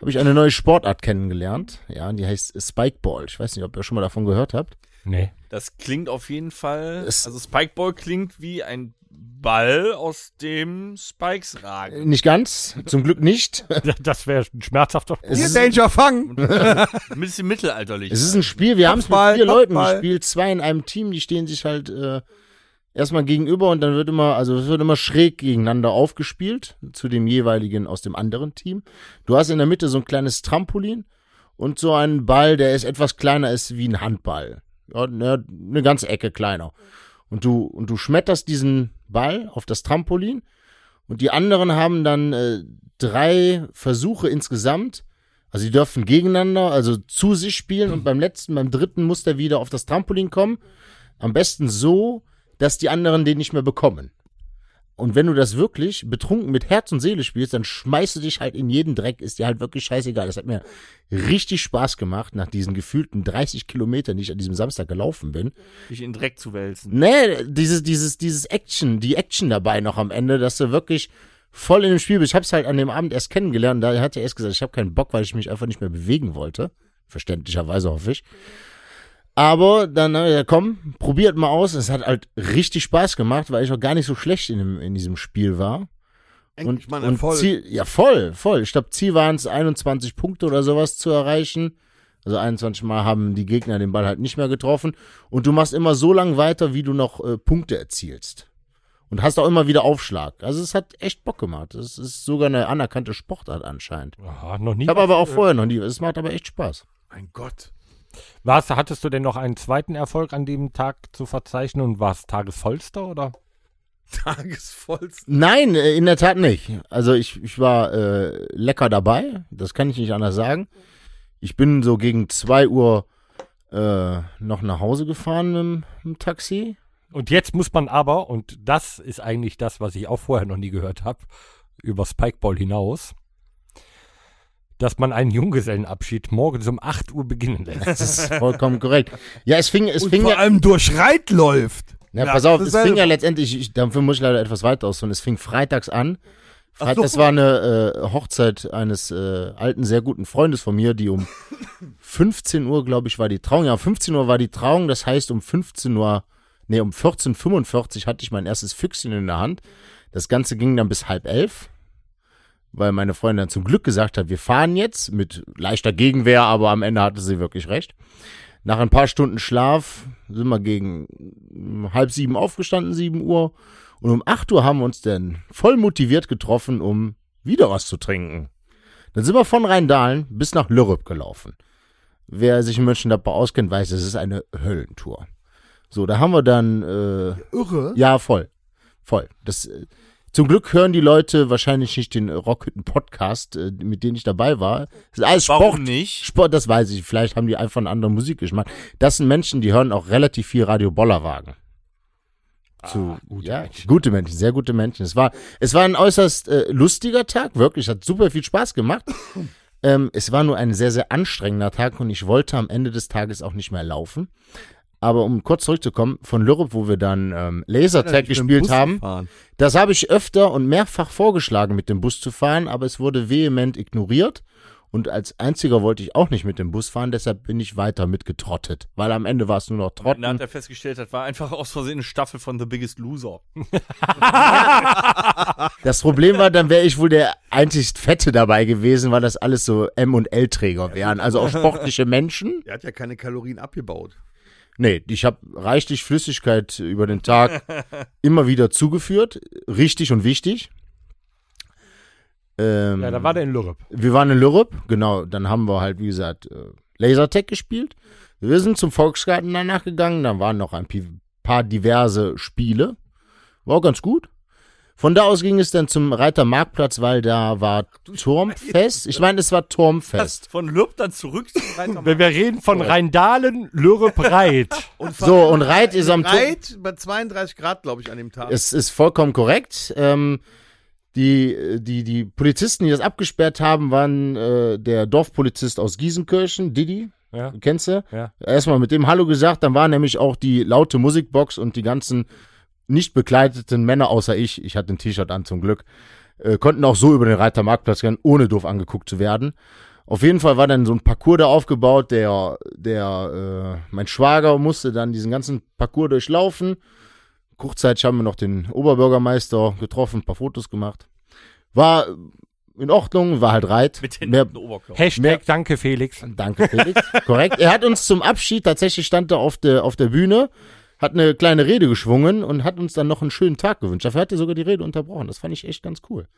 Speaker 3: habe ich eine neue Sportart kennengelernt. Ja, die heißt Spikeball. Ich weiß nicht, ob ihr schon mal davon gehört habt.
Speaker 2: Nee.
Speaker 4: Das klingt auf jeden Fall.
Speaker 3: Es-
Speaker 4: also Spikeball klingt wie ein Ball, aus dem Spikes
Speaker 3: Äh,
Speaker 4: ragen.
Speaker 3: Nicht ganz, zum Glück nicht.
Speaker 2: Das wäre ein schmerzhafter
Speaker 3: Es
Speaker 5: Hier,
Speaker 3: ist,
Speaker 5: Danger, fang!
Speaker 4: Ein bisschen mittelalterlich.
Speaker 3: es ist ein Spiel, wir haben es mit
Speaker 5: Kopfball,
Speaker 3: vier Leuten
Speaker 5: Kopfball.
Speaker 3: gespielt, zwei in einem Team, die stehen sich halt äh, erstmal gegenüber und dann wird immer, also es wird immer schräg gegeneinander aufgespielt zu dem jeweiligen aus dem anderen Team. Du hast in der Mitte so ein kleines Trampolin und so einen Ball, der ist etwas kleiner ist wie ein Handball. Ja, ne, eine ganze Ecke kleiner. Und du, und du schmetterst diesen Ball auf das Trampolin und die anderen haben dann äh, drei Versuche insgesamt. Also sie dürfen gegeneinander, also zu sich spielen und beim letzten, beim dritten muss der wieder auf das Trampolin kommen. Am besten so, dass die anderen den nicht mehr bekommen. Und wenn du das wirklich betrunken mit Herz und Seele spielst, dann schmeißt du dich halt in jeden Dreck, ist dir halt wirklich scheißegal. Das hat mir richtig Spaß gemacht nach diesen gefühlten 30 Kilometern, die ich an diesem Samstag gelaufen bin.
Speaker 4: dich in den Dreck zu wälzen.
Speaker 3: Nee, Ne, dieses, dieses, dieses Action, die Action dabei noch am Ende, dass du wirklich voll in dem Spiel bist. Ich hab's halt an dem Abend erst kennengelernt, da hat er erst gesagt, ich habe keinen Bock, weil ich mich einfach nicht mehr bewegen wollte. Verständlicherweise hoffe ich. Aber dann, ne, ja, komm, probiert mal aus. Es hat halt richtig Spaß gemacht, weil ich auch gar nicht so schlecht in, dem, in diesem Spiel war.
Speaker 5: Endlich mal ein
Speaker 3: und
Speaker 5: Erfolg.
Speaker 3: Ziel, ja, voll, voll. Ich glaube, Ziel waren es 21 Punkte oder sowas zu erreichen. Also 21 Mal haben die Gegner den Ball halt nicht mehr getroffen. Und du machst immer so lang weiter, wie du noch äh, Punkte erzielst. Und hast auch immer wieder Aufschlag. Also es hat echt Bock gemacht. Es ist sogar eine anerkannte Sportart anscheinend.
Speaker 2: Ah, noch nie.
Speaker 3: Ich habe aber
Speaker 5: äh,
Speaker 3: auch vorher noch nie. Es macht aber echt Spaß.
Speaker 5: Mein Gott.
Speaker 2: Was, hattest du denn noch einen zweiten Erfolg an dem Tag zu verzeichnen und war es Tagesvollster oder?
Speaker 5: Tagesvollsten.
Speaker 3: Nein, äh, in der Tat nicht. Also ich, ich war äh, lecker dabei, das kann ich nicht anders sagen. Ich bin so gegen 2 Uhr äh, noch nach Hause gefahren mit, dem- mit dem Taxi.
Speaker 2: Und jetzt muss man aber, und das ist eigentlich das, was ich auch vorher noch nie gehört habe, über Spikeball hinaus, dass man einen Junggesellenabschied morgens um 8 Uhr beginnen lässt.
Speaker 3: Das ist vollkommen korrekt. Ja, es fing, es
Speaker 5: Und
Speaker 3: fing
Speaker 5: vor
Speaker 3: ja,
Speaker 5: allem durch Reit läuft.
Speaker 3: ja, pass auf, es
Speaker 5: dasselbe.
Speaker 3: fing ja letztendlich, ich, dafür muss ich leider etwas weiter ausholen, es fing freitags an. Freit- Das war eine äh, Hochzeit eines äh, alten, sehr guten Freundes von mir, die um 15 Uhr, glaube ich, war die Trauung. Ja, um 15 Uhr war die Trauung, das heißt um 15 Uhr, nee, um 14.45 hatte ich mein erstes Füchschen in der Hand. Das Ganze ging dann bis halb elf, weil meine Freundin dann zum Glück gesagt hat, wir fahren jetzt mit leichter Gegenwehr, aber am Ende hatte sie wirklich recht. Nach ein paar Stunden Schlaf sind wir gegen mm, halb sieben aufgestanden, sieben Uhr. Und um acht Uhr haben wir uns dann voll motiviert getroffen, um wieder was zu trinken. Dann sind wir von Rheindahlen bis nach Lürrup gelaufen. Wer sich in Mönchengladbach auskennt, weiß, es ist eine Höllentour. So, da haben wir dann äh,
Speaker 5: Irre.
Speaker 3: ja, voll. Voll. Das, äh, zum Glück hören die Leute wahrscheinlich nicht den äh, Rockhütten-Podcast, äh, mit dem ich dabei war. Das ist alles Sport.
Speaker 4: Warum nicht?
Speaker 3: Sport, das weiß ich. Vielleicht haben die einfach einen anderen Musikgeschmack. Das sind Menschen, die hören auch relativ viel Radio Bollerwagen. Zu, gute ja, Menschen. gute Menschen, sehr gute Menschen. Es war, es war ein äußerst äh, lustiger Tag, wirklich. Hat super viel Spaß gemacht. ähm, es war nur ein sehr, sehr anstrengender Tag und ich wollte am Ende des Tages auch nicht mehr laufen. Aber um kurz zurückzukommen, von Lürup, wo wir dann ähm, Lasertag gespielt haben, das habe ich öfter und mehrfach vorgeschlagen, mit dem Bus zu fahren, aber es wurde vehement ignoriert. Und als einziger wollte ich auch nicht mit dem Bus fahren, deshalb bin ich weiter mitgetrottet. Weil am Ende war es nur noch
Speaker 4: Und dann hat
Speaker 3: Trotten.
Speaker 4: er festgestellt, das war einfach aus Versehen eine Staffel von The Biggest Loser.
Speaker 3: Das Problem war, dann wäre ich wohl der einzig Fette dabei gewesen, weil das alles so M- und L-Träger wären. Also auch sportliche Menschen.
Speaker 5: Er hat ja keine Kalorien abgebaut.
Speaker 3: Nee, ich habe reichlich Flüssigkeit über den Tag immer wieder zugeführt. Richtig und wichtig. Ähm,
Speaker 2: ja, da war der in Lürrup.
Speaker 3: wir waren in Lürup, genau, dann haben wir halt, wie gesagt, äh, Lasertag gespielt. Wir sind zum Volksgarten danach gegangen, dann waren noch ein pi- paar diverse Spiele. War auch ganz gut. Von da aus ging es dann zum Reitermarktplatz, weil da war Turmfest. Ich meine, es war Turmfest.
Speaker 4: Von Lürb dann zurück zum Reiter-
Speaker 2: Wenn wir reden von Rheindalen, Lürrup, Reit.
Speaker 3: So, und Reit ist am Turm.
Speaker 5: Reit bei 32 Grad, glaube ich, an dem Tag.
Speaker 3: Es ist vollkommen korrekt. Ähm, die, die, die Polizisten, die das abgesperrt haben, waren äh, der Dorfpolizist aus Giesenkirchen, Didi.
Speaker 2: Ja.
Speaker 3: Kennst du?
Speaker 2: Ja.
Speaker 3: Erstmal mit dem Hallo gesagt, dann war nämlich auch die laute Musikbox und die ganzen nicht bekleideten Männer, außer ich, ich hatte ein T-Shirt an zum Glück, äh, konnten auch so über den Reitermarktplatz gehen, ohne doof angeguckt zu werden. Auf jeden Fall war dann so ein Parcours da aufgebaut, der, der, äh, mein Schwager musste dann diesen ganzen Parcours durchlaufen. Kurzzeitig haben wir noch den Oberbürgermeister getroffen, ein paar Fotos gemacht. War in Ordnung, war halt reit.
Speaker 4: mit den
Speaker 3: Mehr,
Speaker 4: Oberkörper.
Speaker 2: Hashtag
Speaker 3: Mehr-
Speaker 2: Danke Felix.
Speaker 3: danke, Felix. Korrekt. Er hat uns zum Abschied, tatsächlich stand er auf der, auf der Bühne, hat eine kleine Rede geschwungen und hat uns dann noch einen schönen Tag gewünscht. Dafür hat er sogar die Rede unterbrochen. Das fand ich echt ganz cool.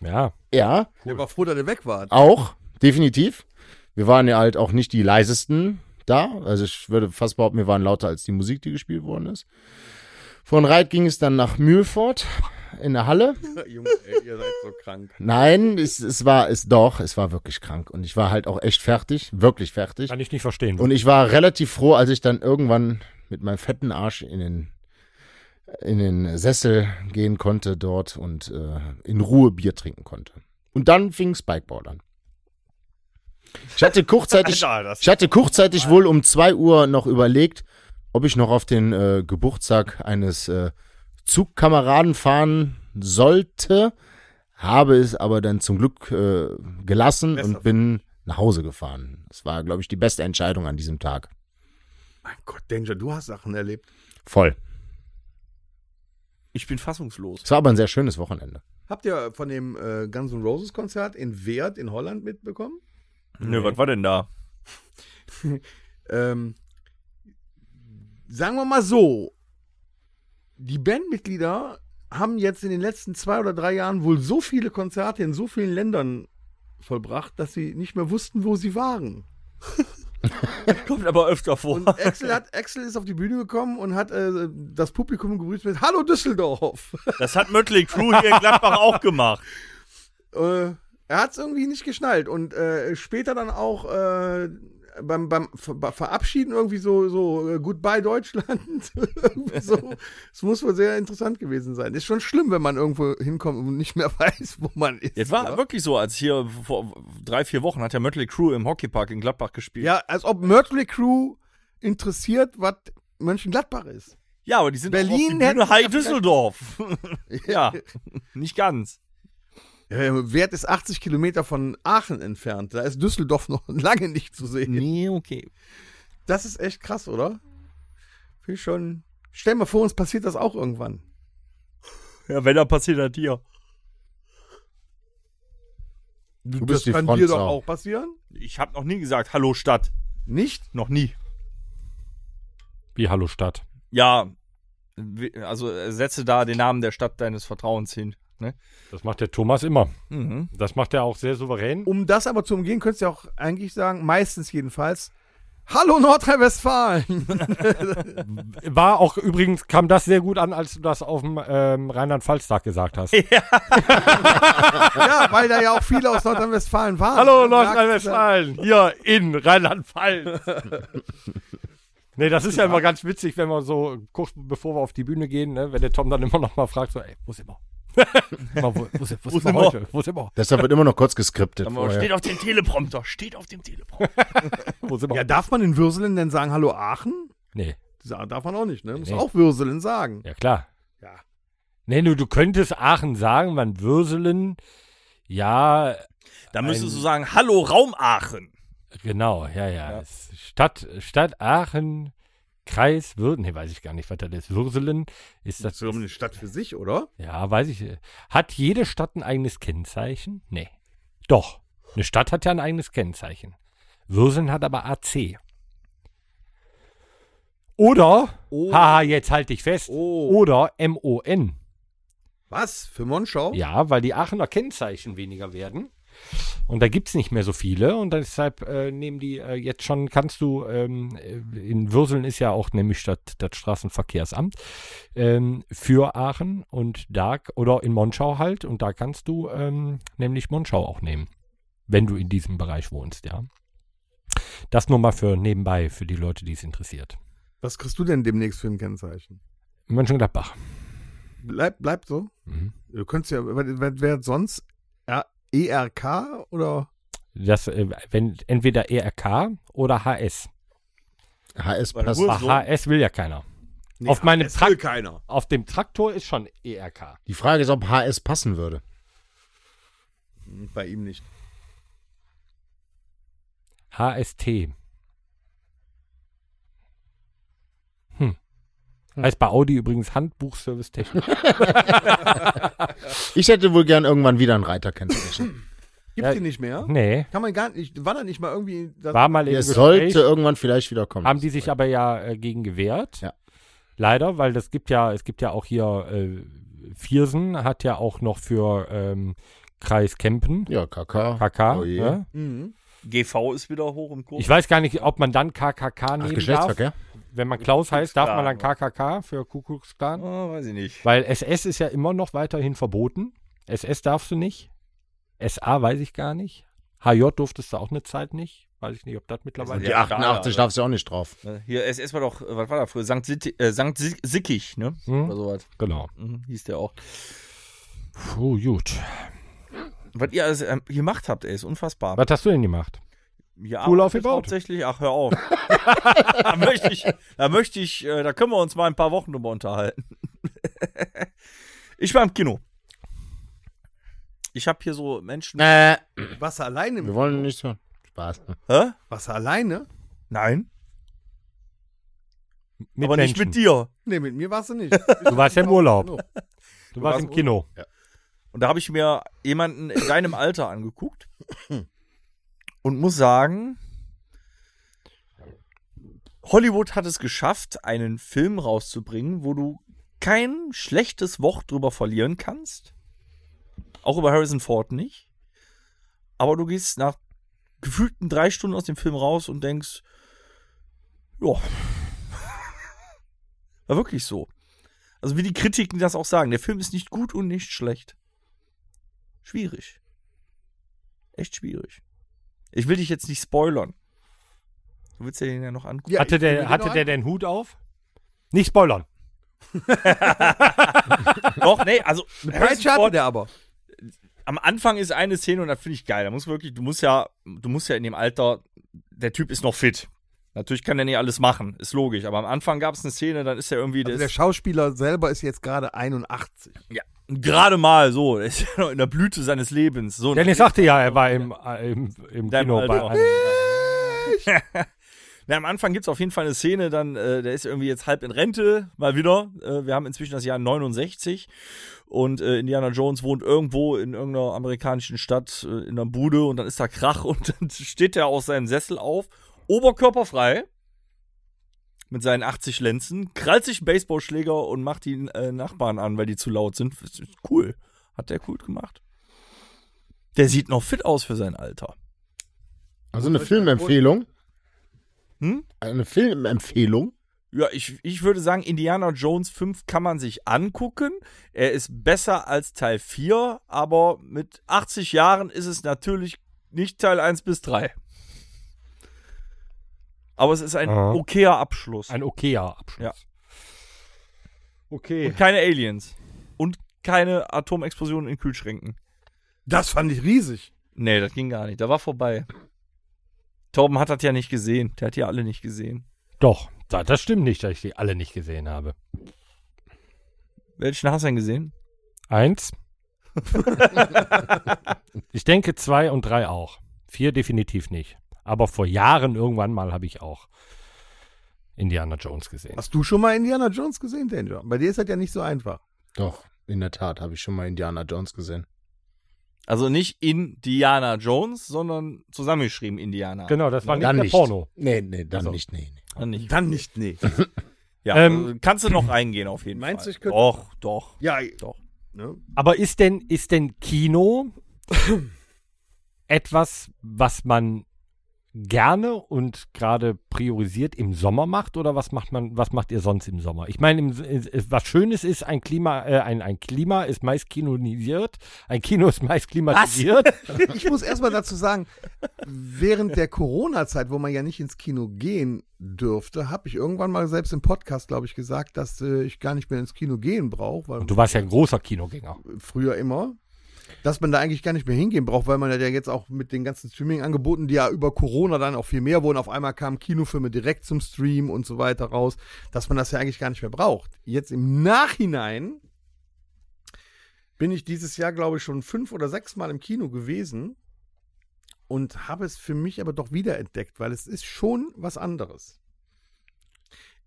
Speaker 2: Ja.
Speaker 3: Ja,
Speaker 5: Er war froh, dass er weg war.
Speaker 3: auch, definitiv. Wir waren ja halt auch nicht die leisesten da. Also ich würde fast behaupten, wir waren lauter als die Musik, die gespielt worden ist. Von Reit ging es dann nach Mühlfort in der Halle.
Speaker 5: Junge, ey, ihr seid so krank.
Speaker 3: Nein, es, es war, es doch, es war wirklich krank. Und ich war halt auch echt fertig, wirklich fertig.
Speaker 2: Kann ich nicht verstehen.
Speaker 3: Und ich war relativ froh, als ich dann irgendwann mit meinem fetten Arsch in den in den Sessel gehen konnte dort und äh, in Ruhe Bier trinken konnte. Und dann fing Spikeball an. Ich hatte kurzzeitig,
Speaker 4: Alter, das-
Speaker 3: ich hatte kurzzeitig wohl um 2 Uhr noch überlegt, ob ich noch auf den äh, Geburtstag eines äh, Zugkameraden fahren sollte, habe es aber dann zum Glück äh, gelassen und bin nach Hause gefahren. Das war, glaube ich, die beste Entscheidung an diesem Tag.
Speaker 5: Mein Gott, Danger, du hast Sachen erlebt.
Speaker 3: Voll.
Speaker 4: Ich bin fassungslos.
Speaker 3: Es war aber ein sehr schönes Wochenende.
Speaker 5: Habt ihr von dem äh, Guns N' Roses Konzert in Weert in Holland mitbekommen?
Speaker 4: Nö, was war denn da?
Speaker 5: Ähm, sagen wir mal so, die Bandmitglieder haben jetzt in den letzten zwei oder drei Jahren wohl so viele Konzerte in so vielen Ländern vollbracht, dass sie nicht mehr wussten, wo sie waren.
Speaker 4: Kommt aber öfter vor.
Speaker 5: Und Axel, hat, Axel ist auf die Bühne gekommen und hat äh, das Publikum gegrüßt mit Hallo Düsseldorf.
Speaker 4: Das hat Mötley Crew hier in Gladbach auch gemacht.
Speaker 5: äh, er hat es irgendwie nicht geschnallt und äh, später dann auch äh, beim, beim Ver Ver- Verabschieden irgendwie so, so äh, Goodbye Deutschland. Irgendwie so. Es muss wohl sehr interessant gewesen sein. Ist schon schlimm, wenn man irgendwo hinkommt und nicht mehr weiß, wo man ist.
Speaker 4: Jetzt war
Speaker 5: ja.
Speaker 4: wirklich so, als hier vor drei, vier Wochen hat der Mötley Crew im Hockeypark in Gladbach gespielt.
Speaker 5: ja, als ob Mercury Crew interessiert, was Mönchengladbach ist.
Speaker 4: Ja, aber die sind
Speaker 5: Berlin
Speaker 4: auch auf die Bühne
Speaker 5: hätten-
Speaker 4: High Düsseldorf. ja, nicht ganz.
Speaker 5: Äh, Wert ist 80 Kilometer von Aachen entfernt. Da ist Düsseldorf noch lange nicht zu sehen.
Speaker 4: Nee, okay.
Speaker 5: Das ist echt krass, oder? Finde ich schon. Stell mal vor, uns passiert das auch irgendwann.
Speaker 4: Ja, wenn da passiert hat hier.
Speaker 3: Du
Speaker 5: das kann dir doch auch passieren?
Speaker 4: Ich habe noch nie gesagt, hallo Stadt.
Speaker 5: Nicht?
Speaker 4: Noch nie.
Speaker 2: Wie Hallo Stadt.
Speaker 4: Ja, we- also äh, setze da den Namen der Stadt deines Vertrauens hin. Ne?
Speaker 2: Das macht der Thomas immer.
Speaker 4: Mhm.
Speaker 2: Das macht er auch sehr souverän.
Speaker 5: Um das aber zu umgehen, könntest du ja auch eigentlich sagen, meistens jedenfalls, Hallo Nordrhein-Westfalen!
Speaker 2: War auch übrigens, kam das sehr gut an, als du das auf dem ähm, Rheinland-Pfalz-Tag gesagt hast.
Speaker 5: ja, weil da ja auch viele aus Nordrhein-Westfalen waren.
Speaker 2: Hallo
Speaker 5: Dann lag-
Speaker 2: Nordrhein-Westfalen, hier in Rheinland-Pfalz. Nee, das ist ja immer ganz witzig, wenn man so kurz bevor wir auf die Bühne gehen, ne, wenn der Tom dann immer noch mal fragt, so, ey, wo ist immer? wo, wo, wo, wo, wo ist
Speaker 4: immer?
Speaker 2: immer heute? Wo ist immer?
Speaker 3: Deshalb wird immer noch kurz geskriptet.
Speaker 4: Dann
Speaker 3: vorher.
Speaker 4: steht auf dem Teleprompter. Steht auf dem Teleprompter.
Speaker 2: Wo ist immer?
Speaker 5: Ja, darf man in Würselen denn sagen Hallo Aachen?
Speaker 2: nee,
Speaker 5: Sa- Darf man auch nicht, ne? Muss
Speaker 2: Nee.
Speaker 5: auch Würselen sagen.
Speaker 2: ja klar.
Speaker 5: Ja.
Speaker 2: Nee, du, du könntest Aachen sagen, man Würselen. Ja,
Speaker 4: Da
Speaker 2: Ein-
Speaker 4: müsstest du sagen, hallo Raum Aachen.
Speaker 2: genau, ja, ja. Es- Stadt, Stadt Aachen, Kreis Würden, nee, weiß ich gar nicht, was das ist. Würselen ist das.
Speaker 5: Das ist eine Stadt für sich, oder?
Speaker 2: Ja, weiß ich. äh, Hat jede Stadt ein eigenes Kennzeichen? Nee. Doch. Eine Stadt hat ja ein eigenes Kennzeichen. Würseln hat aber AC. Oder, haha, jetzt halt dich fest,
Speaker 5: Oh.
Speaker 2: oder MON.
Speaker 5: Was? Für Monschau?
Speaker 2: Ja, weil die Aachener Kennzeichen weniger werden. Und da gibt es nicht mehr so viele. Und deshalb äh, nehmen die äh, jetzt schon, kannst du, ähm, äh, in Würseln ist ja auch nämlich das, das Straßenverkehrsamt ähm, für Aachen und da, oder in Monschau halt. Und da kannst du ähm, nämlich Monschau auch nehmen, wenn du in diesem Bereich wohnst, ja. Das nur mal für nebenbei, für die Leute, die es interessiert.
Speaker 5: Was kriegst du denn demnächst für ein Kennzeichen?
Speaker 2: Mönchengladbach.
Speaker 5: Bleib, bleibt so.
Speaker 2: Mhm.
Speaker 5: Du könntest ja, wer, wer- wer sonst? E R ERK oder?
Speaker 2: Das, äh, wenn, entweder ERK oder HS.
Speaker 3: HS
Speaker 4: Weil
Speaker 3: passt.
Speaker 4: Ur-
Speaker 2: Ach,
Speaker 4: So.
Speaker 2: HS will ja keiner. Auf
Speaker 5: Nee,
Speaker 2: meine
Speaker 5: es will
Speaker 2: Trak-
Speaker 5: keiner.
Speaker 2: Auf dem Traktor ist schon E ERK.
Speaker 3: Die Frage ist, ob HS passen würde.
Speaker 5: Bei ihm nicht.
Speaker 2: HST. Hm. Heißt bei Audi übrigens Handbuchservice Technik.
Speaker 3: Ich hätte wohl gern irgendwann wieder einen Reiter kennzeichen.
Speaker 5: Gibt
Speaker 2: Ja.
Speaker 5: die nicht mehr?
Speaker 2: Nee,
Speaker 5: Kann man gar nicht, war da nicht mal irgendwie. Das,
Speaker 2: war mal im
Speaker 3: Der
Speaker 2: Gespräch.
Speaker 3: sollte irgendwann vielleicht wieder kommen.
Speaker 2: Haben die sich aber ja äh, gegen gewehrt.
Speaker 3: Ja.
Speaker 2: Leider, weil das gibt ja, es gibt ja auch hier äh, Viersen hat ja auch noch für ähm, Kreis Kempen,
Speaker 3: Ja, KK.
Speaker 2: KK.
Speaker 3: Oh je.
Speaker 2: ne?
Speaker 5: Mhm.
Speaker 4: GV ist wieder hoch im Kurs.
Speaker 2: Ich weiß gar nicht, ob man dann KKK
Speaker 3: Ach,
Speaker 2: nehmen darf.
Speaker 3: Geschlechtsverkehr?
Speaker 2: Wenn man Klaus heißt, darf man dann
Speaker 4: Kuckucksklan.
Speaker 2: KKK für Kuckucksklan.
Speaker 4: Ah, weiß ich nicht.
Speaker 2: Weil SS ist ja immer noch weiterhin verboten. SS darfst du nicht. SA weiß ich gar nicht. HJ durftest du auch eine Zeit nicht. Weiß ich nicht, ob das
Speaker 4: Also
Speaker 2: mittlerweile.
Speaker 3: Die
Speaker 4: Ja,
Speaker 3: 88
Speaker 4: klar,
Speaker 3: darfst du auch nicht drauf.
Speaker 4: Ne? Hier, es erstmal doch, äh, was war da früher? St. Sitt- äh, St. Si- Sickig, ne?
Speaker 2: Hm?
Speaker 4: Oder sowas.
Speaker 2: Genau.
Speaker 4: Mhm, hieß der auch.
Speaker 2: Puh, gut.
Speaker 4: Was ihr alles ähm, gemacht habt, ey, ist unfassbar.
Speaker 2: Was hast du denn gemacht?
Speaker 4: Ja,
Speaker 2: Cool
Speaker 4: aber
Speaker 2: aufgebaut.
Speaker 4: Hauptsächlich, ach, hör auf. da möchte ich, da möchte ich, äh, da können wir uns mal ein paar Wochen drüber unterhalten. ich war im Kino. Ich habe hier so Menschen.
Speaker 3: Äh,
Speaker 5: Was alleine?
Speaker 3: wir wollen nichts hören. Spaß. Also
Speaker 4: Hä?
Speaker 5: Was alleine?
Speaker 4: Nein,
Speaker 2: Mit
Speaker 4: aber nicht
Speaker 2: Menschen.
Speaker 4: mit dir.
Speaker 5: Nee, mit mir warst du nicht.
Speaker 2: Du warst ja im Urlaub.
Speaker 5: Genug.
Speaker 2: Du warst im Kino.
Speaker 4: Und da habe ich mir jemanden in deinem Alter angeguckt und muss sagen, Hollywood hat es geschafft, einen Film rauszubringen, wo du kein schlechtes Wort drüber verlieren kannst. Auch über Harrison Ford nicht. Aber du gehst nach gefühlten drei Stunden aus dem Film raus und denkst, ja, war wirklich so. Also wie die Kritiken das auch sagen, der Film ist nicht gut und nicht schlecht. Schwierig. Echt schwierig. Ich will dich jetzt nicht spoilern. Du willst dir den ja noch angucken.
Speaker 5: Ja,
Speaker 2: hatte
Speaker 5: ich will mir
Speaker 2: der,
Speaker 5: den
Speaker 2: hatte
Speaker 5: noch
Speaker 2: der den Hut auf? Nicht spoilern.
Speaker 4: Doch, nee, also
Speaker 5: Peitsche hatte der aber.
Speaker 4: am Anfang ist eine Szene und das finde ich geil. Da muss wirklich, du musst ja, du musst ja in dem Alter, der Typ ist noch fit. Natürlich kann der nicht alles machen, ist logisch. Aber am Anfang gab es eine Szene, dann ist er irgendwie
Speaker 5: Also
Speaker 4: der
Speaker 5: der
Speaker 4: ist,
Speaker 5: Schauspieler selber ist jetzt gerade 81.
Speaker 4: ja, gerade mal so, der ist ja noch in der Blüte seines Lebens. So,
Speaker 2: Dennis sagte ja, er war im, äh, im, im
Speaker 4: Deinem
Speaker 2: Kino bei
Speaker 4: Alter.
Speaker 2: einem.
Speaker 4: Na, am Anfang gibt es auf jeden Fall eine Szene, dann, äh, der ist irgendwie jetzt halb in Rente, mal wieder. Äh, wir haben inzwischen das Jahr 69 und äh, Indiana Jones wohnt irgendwo in irgendeiner amerikanischen Stadt äh, in einer Bude und dann ist da Krach und dann steht er aus seinem Sessel auf, oberkörperfrei, mit seinen 80 Lenzen, krallt sich einen Baseballschläger und macht die äh, Nachbarn an, weil die zu laut sind. Das ist Cool. Hat der cool gemacht. Der sieht noch fit aus für sein Alter.
Speaker 3: Also eine Filmempfehlung.
Speaker 4: Hm?
Speaker 3: Eine Filmempfehlung.
Speaker 4: Ja, ich, ich würde sagen, Indiana Jones 5 kann man sich angucken. Er ist besser als Teil 4, aber mit 80 Jahren ist es natürlich nicht Teil 1 bis 3. Aber es ist ein
Speaker 2: Aha. Ah,
Speaker 4: okayer Abschluss.
Speaker 2: Ein okayer Abschluss.
Speaker 4: Ja.
Speaker 2: Okay.
Speaker 4: Und keine Aliens. Und keine Atomexplosionen in Kühlschränken.
Speaker 5: Das fand ich riesig.
Speaker 4: Nee, das ging gar nicht. Da war vorbei. Torben hat das ja nicht gesehen. Der hat ja alle nicht gesehen.
Speaker 2: Doch, da- das stimmt nicht, dass ich die alle nicht gesehen habe.
Speaker 4: Welchen hast du denn gesehen?
Speaker 2: Eins. ich denke zwei und drei auch. Vier definitiv nicht. Aber vor Jahren irgendwann mal habe ich auch Indiana Jones gesehen.
Speaker 5: Hast du schon mal Indiana Jones gesehen, Danger? Bei dir ist das ja nicht so einfach.
Speaker 3: Doch, in der Tat habe ich schon mal Indiana Jones gesehen.
Speaker 4: Also nicht Indiana Jones, sondern zusammengeschrieben Indiana.
Speaker 2: Genau, das war nicht
Speaker 3: dann
Speaker 2: der
Speaker 3: nicht.
Speaker 2: Porno.
Speaker 3: Nee, nee, dann
Speaker 2: Also.
Speaker 3: nicht, nee, nee.
Speaker 4: Dann nicht.
Speaker 5: Dann nicht, nee.
Speaker 4: Ja,
Speaker 2: Ähm,
Speaker 4: also kannst du noch eingehen auf jeden
Speaker 5: Meinst du,
Speaker 4: Fall.
Speaker 5: ich könnte-
Speaker 4: Doch, doch.
Speaker 5: Ja,
Speaker 4: Doch.
Speaker 5: ne?
Speaker 2: Aber ist denn, ist denn Kino etwas, was man gerne und gerade priorisiert im Sommer macht oder was macht man, was macht ihr sonst im Sommer? Ich meine, im, S- es- was Schönes ist, ein Klima, äh, ein, ein Klima ist meist kinonisiert, ein Kino ist meist klimatisiert.
Speaker 5: Ich muss erstmal dazu sagen, während der Corona-Zeit, wo man ja nicht ins Kino gehen dürfte, habe ich irgendwann mal selbst im Podcast, glaube ich, gesagt, dass äh, ich gar nicht mehr ins Kino gehen brauche, weil
Speaker 2: Und du warst ja ein großer Kinogänger.
Speaker 5: früher immer, dass man da eigentlich gar nicht mehr hingehen braucht, weil man ja jetzt auch mit den ganzen Streaming-Angeboten, die ja über Corona dann auch viel mehr wurden, auf einmal kamen Kinofilme direkt zum Stream und so weiter raus, dass man das ja eigentlich gar nicht mehr braucht. Jetzt im Nachhinein bin ich dieses Jahr, glaube ich, schon fünf oder sechs Mal im Kino gewesen und habe es für mich aber doch wiederentdeckt, weil es ist schon was anderes.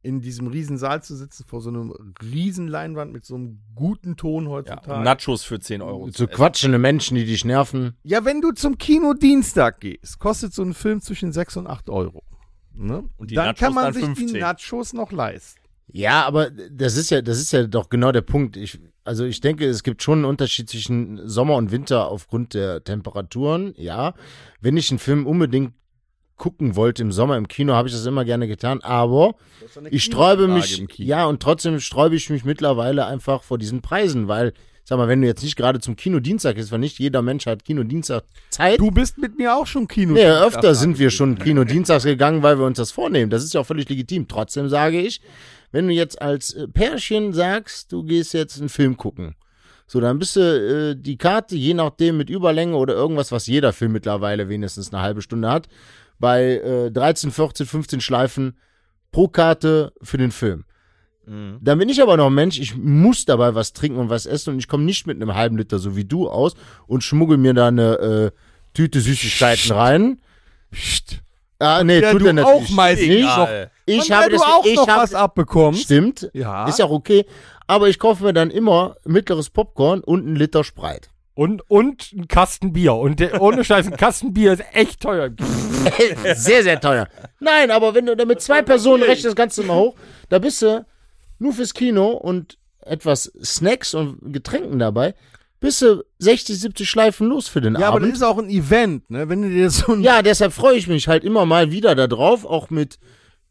Speaker 5: In diesem riesen Saal zu sitzen, vor so einem riesen Leinwand mit so einem guten Ton
Speaker 4: Ja,
Speaker 5: heutzutage.
Speaker 4: und Nachos für 10 Euro.
Speaker 3: Zu quatschende Menschen, die dich nerven.
Speaker 5: Ja, wenn du zum Kino Dienstag gehst, kostet so ein Film zwischen 6 und 8 Euro. Ne?
Speaker 4: Und die
Speaker 5: dann
Speaker 4: Nachos
Speaker 5: kann man
Speaker 4: dann
Speaker 5: sich
Speaker 4: 15.
Speaker 5: die Nachos noch leisten.
Speaker 3: Ja, aber das ist ja, das ist ja doch genau der Punkt. Ich, also ich denke, es gibt schon einen Unterschied zwischen Sommer und Winter aufgrund der Temperaturen. Ja, wenn ich einen Film unbedingt gucken wollte im Sommer im Kino, habe ich das immer gerne getan. Aber ich sträube mich,
Speaker 5: im Kino.
Speaker 3: ja, und trotzdem sträube ich mich mittlerweile einfach vor diesen Preisen, weil Sag mal, wenn du jetzt nicht gerade zum Kinodienstag gehst, weil nicht jeder Mensch hat Kinodienstag Zeit.
Speaker 5: Du bist mit mir auch schon Kino.
Speaker 3: Nee, öfter sind wir schon Kinodienstags gegangen, weil wir uns das vornehmen. Das ist ja auch völlig legitim. Trotzdem sage ich, wenn du jetzt als äh, Pärchen sagst, du gehst jetzt einen Film gucken, so dann bist du äh, die Karte, je nachdem mit Überlänge oder irgendwas, was jeder Film mittlerweile wenigstens eine halbe Stunde hat, bei äh, 13, 14, 15 Schleifen pro Karte für den Film.
Speaker 5: Mhm.
Speaker 3: Dann bin ich aber noch ein Mensch, ich muss dabei was trinken und was essen und ich komme nicht mit einem halben Liter, so wie du, aus und schmuggel mir da eine äh, Tüte Süßigkeiten rein. Ah, nee,
Speaker 5: Ja,
Speaker 3: tut
Speaker 5: du
Speaker 3: er natürlich
Speaker 5: auch meistens
Speaker 3: nicht.
Speaker 5: noch.
Speaker 3: Ich
Speaker 5: Und
Speaker 3: habe
Speaker 5: wenn du
Speaker 3: das,
Speaker 5: auch
Speaker 3: ich
Speaker 5: noch
Speaker 3: habe,
Speaker 5: was abbekommst.
Speaker 3: stimmt,
Speaker 5: Ja.
Speaker 3: ist ja auch okay. Aber ich kaufe mir dann immer mittleres Popcorn und einen Liter Spreit.
Speaker 2: Und, und ein Kasten Bier. Und der, ohne Scheiß, ein Kasten Bier ist echt teuer.
Speaker 3: sehr, sehr teuer. Nein, aber wenn du da mit zwei Personen rechnest, das Ganze mal hoch, da bist du nur fürs Kino und etwas Snacks und Getränken dabei, bist du 60, 70 Schleifen los für den
Speaker 5: Ja, aber das
Speaker 3: Abend.
Speaker 5: ist auch ein Event, ne? Wenn du dir so ein
Speaker 3: ja, deshalb freue ich mich halt immer mal wieder darauf, auch mit,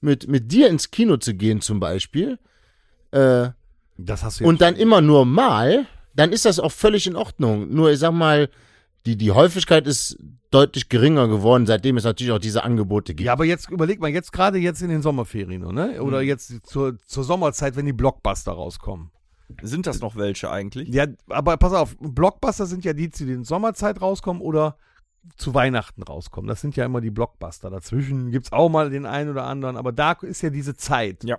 Speaker 3: mit, mit dir ins Kino zu gehen zum Beispiel. Äh,
Speaker 5: Das hast du
Speaker 3: und dann immer nur mal, dann ist das auch völlig in Ordnung. Nur ich sag mal, die, die Häufigkeit ist deutlich geringer geworden, seitdem es natürlich auch diese Angebote gibt.
Speaker 5: Ja, aber jetzt überleg mal, jetzt gerade jetzt in den Sommerferien, ne? Oder
Speaker 3: Hm.
Speaker 5: jetzt zur, zur Sommerzeit, wenn die Blockbuster rauskommen.
Speaker 4: Sind das noch welche eigentlich?
Speaker 5: Ja, aber pass auf, Blockbuster sind ja die, die in Sommerzeit rauskommen oder zu Weihnachten rauskommen. Das sind ja immer die Blockbuster. Dazwischen gibt's auch mal den einen oder anderen, aber da ist ja diese Zeit.
Speaker 4: Ja.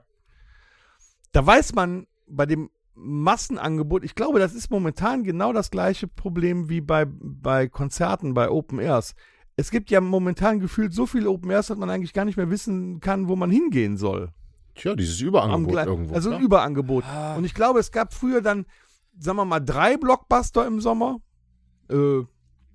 Speaker 5: Da weiß man bei dem Massenangebot, ich glaube, das ist momentan genau das gleiche Problem wie bei, bei Konzerten, bei Open Airs. Es gibt ja momentan gefühlt so viele Open Airs, dass man eigentlich gar nicht mehr wissen kann, wo man hingehen soll
Speaker 3: Tja, dieses
Speaker 5: am
Speaker 3: Überangebot
Speaker 5: gleichen-
Speaker 3: irgendwo.
Speaker 5: Also ein
Speaker 3: ne?
Speaker 5: Überangebot. Und ich glaube, es gab früher dann, sagen wir mal, drei Blockbuster im Sommer. Äh,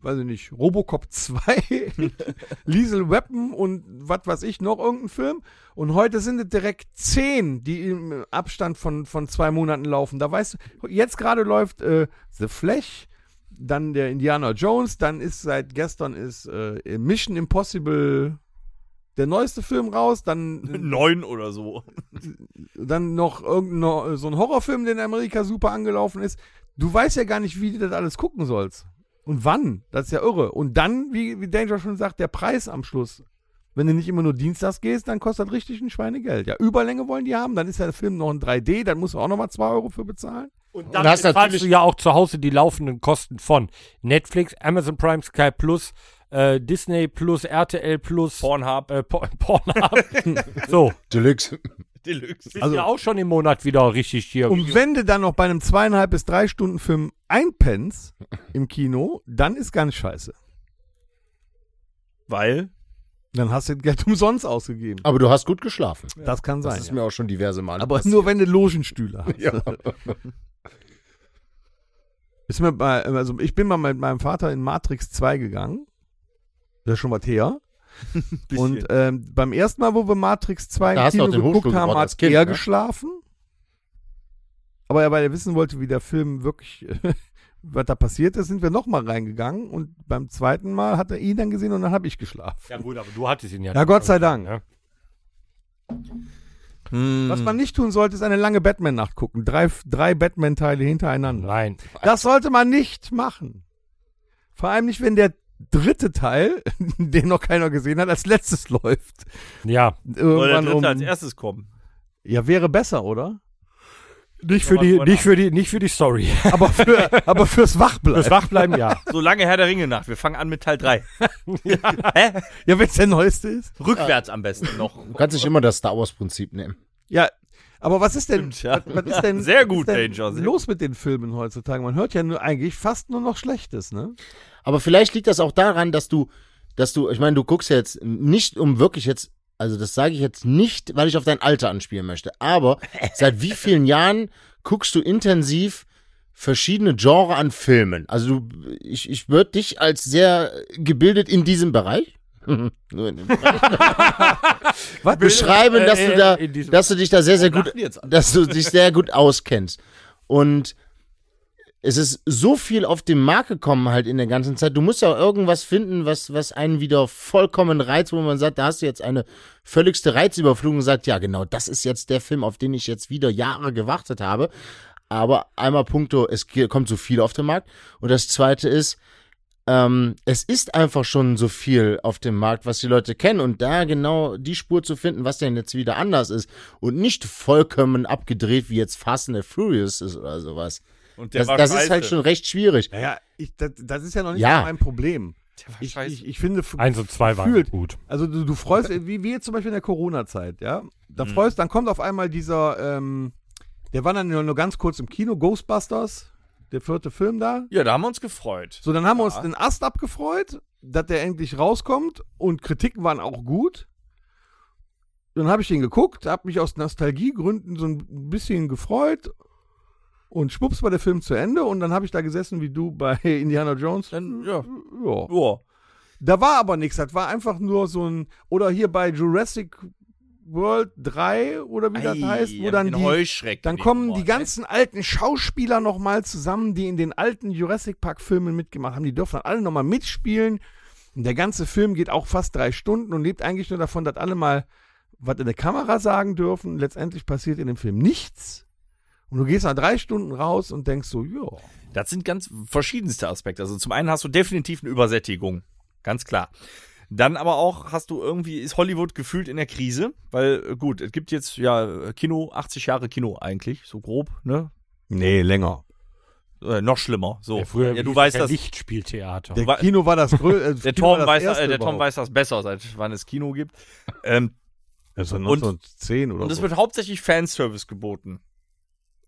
Speaker 5: weiß ich nicht, Robocop 2, Liesel Weapon und was weiß ich, noch irgendein Film. Und heute sind es direkt zehn, die im Abstand von, von zwei Monaten laufen. Da weißt du, jetzt gerade läuft äh, The Flash, dann der Indiana Jones, dann ist seit gestern ist äh, Mission Impossible der neueste Film raus, dann
Speaker 4: Neun oder so.
Speaker 5: dann noch irgendein so ein Horrorfilm, der in Amerika super angelaufen ist. Du weißt ja gar nicht, wie du das alles gucken sollst. Und wann? Das ist ja irre. Und dann, wie, wie Danger schon sagt, der Preis am Schluss. Wenn du nicht immer nur dienstags gehst, dann kostet das richtig ein Schweinegeld. Ja, Überlänge wollen die haben, dann ist ja der Film noch in 3D, dann musst du auch nochmal 2 Euro für bezahlen.
Speaker 2: Und
Speaker 3: dann hast
Speaker 2: zahlst
Speaker 3: natürlich-
Speaker 2: du ja auch zu Hause die laufenden Kosten von Netflix, Amazon Prime, Sky Plus, äh, Disney Plus, RTL Plus,
Speaker 4: Pornhub,
Speaker 2: äh, Por- Pornhub. so,
Speaker 3: Deluxe.
Speaker 4: Deluxe.
Speaker 2: bist also, Um ja auch schon im Monat wieder richtig hier.
Speaker 5: Und wenn du dann noch bei einem zweieinhalb bis drei Stunden Film einpennst im Kino, dann ist ganz scheiße.
Speaker 4: Weil?
Speaker 5: Dann hast du das Geld umsonst ausgegeben.
Speaker 3: Aber du hast gut geschlafen.
Speaker 5: Das kann sein.
Speaker 3: Das ist
Speaker 5: ja.
Speaker 3: mir auch schon diverse Male.
Speaker 5: Aber
Speaker 3: passiert.
Speaker 5: nur wenn du Logenstühle hast.
Speaker 3: Ja.
Speaker 5: Ist mir bei, also ich bin mal mit meinem Vater in Matrix 2 gegangen. Das ist schon was her. Und ähm, beim ersten Mal, wo wir Matrix 2
Speaker 3: Da
Speaker 5: im
Speaker 3: hast du
Speaker 5: Kino
Speaker 3: auch den
Speaker 5: geguckt
Speaker 3: Hochstuhl
Speaker 5: haben,
Speaker 3: gebaut
Speaker 5: hat
Speaker 3: als Kind,
Speaker 5: er
Speaker 3: ne?
Speaker 5: geschlafen. Aber weil er wissen wollte, wie der Film wirklich, was da passiert ist, sind wir nochmal reingegangen. Und beim zweiten Mal hat er ihn dann gesehen und dann habe ich geschlafen.
Speaker 2: ja gut, aber du hattest ihn ja.
Speaker 5: Ja, Gott sei Dank.
Speaker 2: Ja.
Speaker 5: Was
Speaker 4: Mhm.
Speaker 5: man nicht tun sollte, ist eine lange Batman-Nacht gucken. Drei, drei Batman-Teile hintereinander.
Speaker 2: Nein.
Speaker 5: Das sollte man nicht machen. Vor allem nicht, wenn der dritte Teil, den noch keiner gesehen hat, als letztes läuft.
Speaker 2: Ja,
Speaker 4: Soll der
Speaker 5: Irgendwann
Speaker 4: dritte als
Speaker 5: um,
Speaker 4: erstes kommen?
Speaker 5: ja, wäre besser, oder?
Speaker 2: nicht für
Speaker 4: Nochmal
Speaker 2: die,
Speaker 4: drüber
Speaker 2: nicht für die, nicht für die Story.
Speaker 5: Aber, für, aber fürs Wachbleiben.
Speaker 2: Fürs Wachbleiben ja.
Speaker 4: So lange Herr der Ringe Nacht. Wir fangen an mit Teil 3. Hä?
Speaker 5: Ja, wenn es der neueste ist.
Speaker 4: Rückwärts am besten noch.
Speaker 3: Du kannst nicht immer das Star Wars-Prinzip nehmen.
Speaker 5: Ja, aber was ist denn,
Speaker 4: Stimmt, ja.
Speaker 5: was, was ist denn
Speaker 4: Sehr
Speaker 5: was
Speaker 4: gut,
Speaker 5: ist denn
Speaker 4: Danger, sehr
Speaker 5: los mit den Filmen heutzutage? Man hört ja nur eigentlich fast nur noch Schlechtes, ne?
Speaker 3: Aber vielleicht liegt das auch daran, dass du, dass du, ich meine, du guckst ja jetzt nicht um wirklich jetzt, also das sage ich jetzt nicht, weil ich auf dein Alter anspielen möchte, aber seit wie vielen Jahren guckst du intensiv verschiedene Genre an Filmen? Also du, ich, ich würde dich als sehr gebildet in diesem Bereich. Nur in dem Bereich.
Speaker 5: Was? Äh,
Speaker 3: beschreiben, dass du da,
Speaker 2: in diesem-
Speaker 3: dass du dich da sehr, sehr gut, dass du dich sehr gut auskennst. Und es ist so viel auf den Markt gekommen halt in der ganzen Zeit. Du musst ja irgendwas finden, was, was einen wieder vollkommen reizt, wo man sagt, da hast du jetzt eine völligste Reizüberflutung und sagt, ja genau, das ist jetzt der Film, auf den ich jetzt wieder Jahre gewartet habe. aber einmal punkto, es ge- kommt so viel auf den Markt. Und das zweite ist, ähm, es ist einfach schon so viel auf dem Markt, was die Leute kennen. Und da genau die Spur zu finden, was denn jetzt wieder anders ist und nicht vollkommen abgedreht, wie jetzt Fast and the Furious ist oder sowas.
Speaker 4: Und
Speaker 3: Das, das ist halt schon recht schwierig.
Speaker 5: Naja, ich, das, das ist ja noch nicht
Speaker 3: Ja.
Speaker 5: mein Problem.
Speaker 4: Der war
Speaker 5: Ich,
Speaker 4: scheiße.
Speaker 5: ich, ich finde, f-
Speaker 2: Eins und zwei waren
Speaker 5: Gefühlt.
Speaker 2: gut.
Speaker 5: Also du, du freust, wie, wie jetzt zum Beispiel in der Corona-Zeit, ja?
Speaker 4: Mhm.
Speaker 5: Da freust, dann kommt auf einmal dieser, ähm, der war dann nur, nur ganz kurz im Kino, Ghostbusters, der vierte Film da.
Speaker 4: ja, da haben wir uns gefreut.
Speaker 5: So, dann haben wir uns
Speaker 4: Ja.
Speaker 5: den Ast abgefreut, dass der endlich rauskommt und Kritiken waren auch gut. Dann habe ich den geguckt, habe mich aus Nostalgiegründen so ein bisschen gefreut und schwupps war der Film zu Ende und dann habe ich da gesessen wie du bei Indiana Jones.
Speaker 4: Dann, ja.
Speaker 5: Ja.
Speaker 4: Ja.
Speaker 5: Da war aber nichts, das war einfach nur so ein, oder hier bei Jurassic World 3 oder wie das
Speaker 4: Ei,
Speaker 5: heißt, wo
Speaker 4: hab
Speaker 5: dann
Speaker 4: ich den
Speaker 5: die,
Speaker 4: Heuschrecken
Speaker 5: dann
Speaker 4: wegen
Speaker 5: kommen
Speaker 4: Ohren,
Speaker 5: die
Speaker 4: ne?
Speaker 5: ganzen alten Schauspieler nochmal zusammen, die in den alten Jurassic Park Filmen mitgemacht haben, die dürfen dann alle nochmal mitspielen. Und der ganze Film geht auch fast drei Stunden und lebt eigentlich nur davon, dass alle mal was in der Kamera sagen dürfen. Letztendlich passiert in dem Film nichts. Und du gehst nach drei Stunden raus und denkst so, ja.
Speaker 4: Das sind ganz verschiedenste Aspekte. Also zum einen hast du definitiv eine Übersättigung, ganz klar. Dann aber auch hast du irgendwie, ist Hollywood gefühlt in der Krise, weil äh, gut, es gibt jetzt ja Kino, 80 Jahre Kino eigentlich, so grob, ne?
Speaker 5: Nee, länger.
Speaker 4: Äh, noch schlimmer, so.
Speaker 2: Ja, früher
Speaker 4: ja, du
Speaker 2: lief
Speaker 4: weißt
Speaker 2: ja
Speaker 4: das.
Speaker 2: Lichtspieltheater.
Speaker 5: Der
Speaker 4: Wa-
Speaker 5: Kino war das größte.
Speaker 4: Der Tom, weiß, äh, der Tom weiß das besser, seit wann es Kino gibt. Ähm,
Speaker 5: Also
Speaker 4: Und-
Speaker 5: 1910 oder
Speaker 4: und es
Speaker 5: so.
Speaker 4: wird hauptsächlich Fanservice geboten.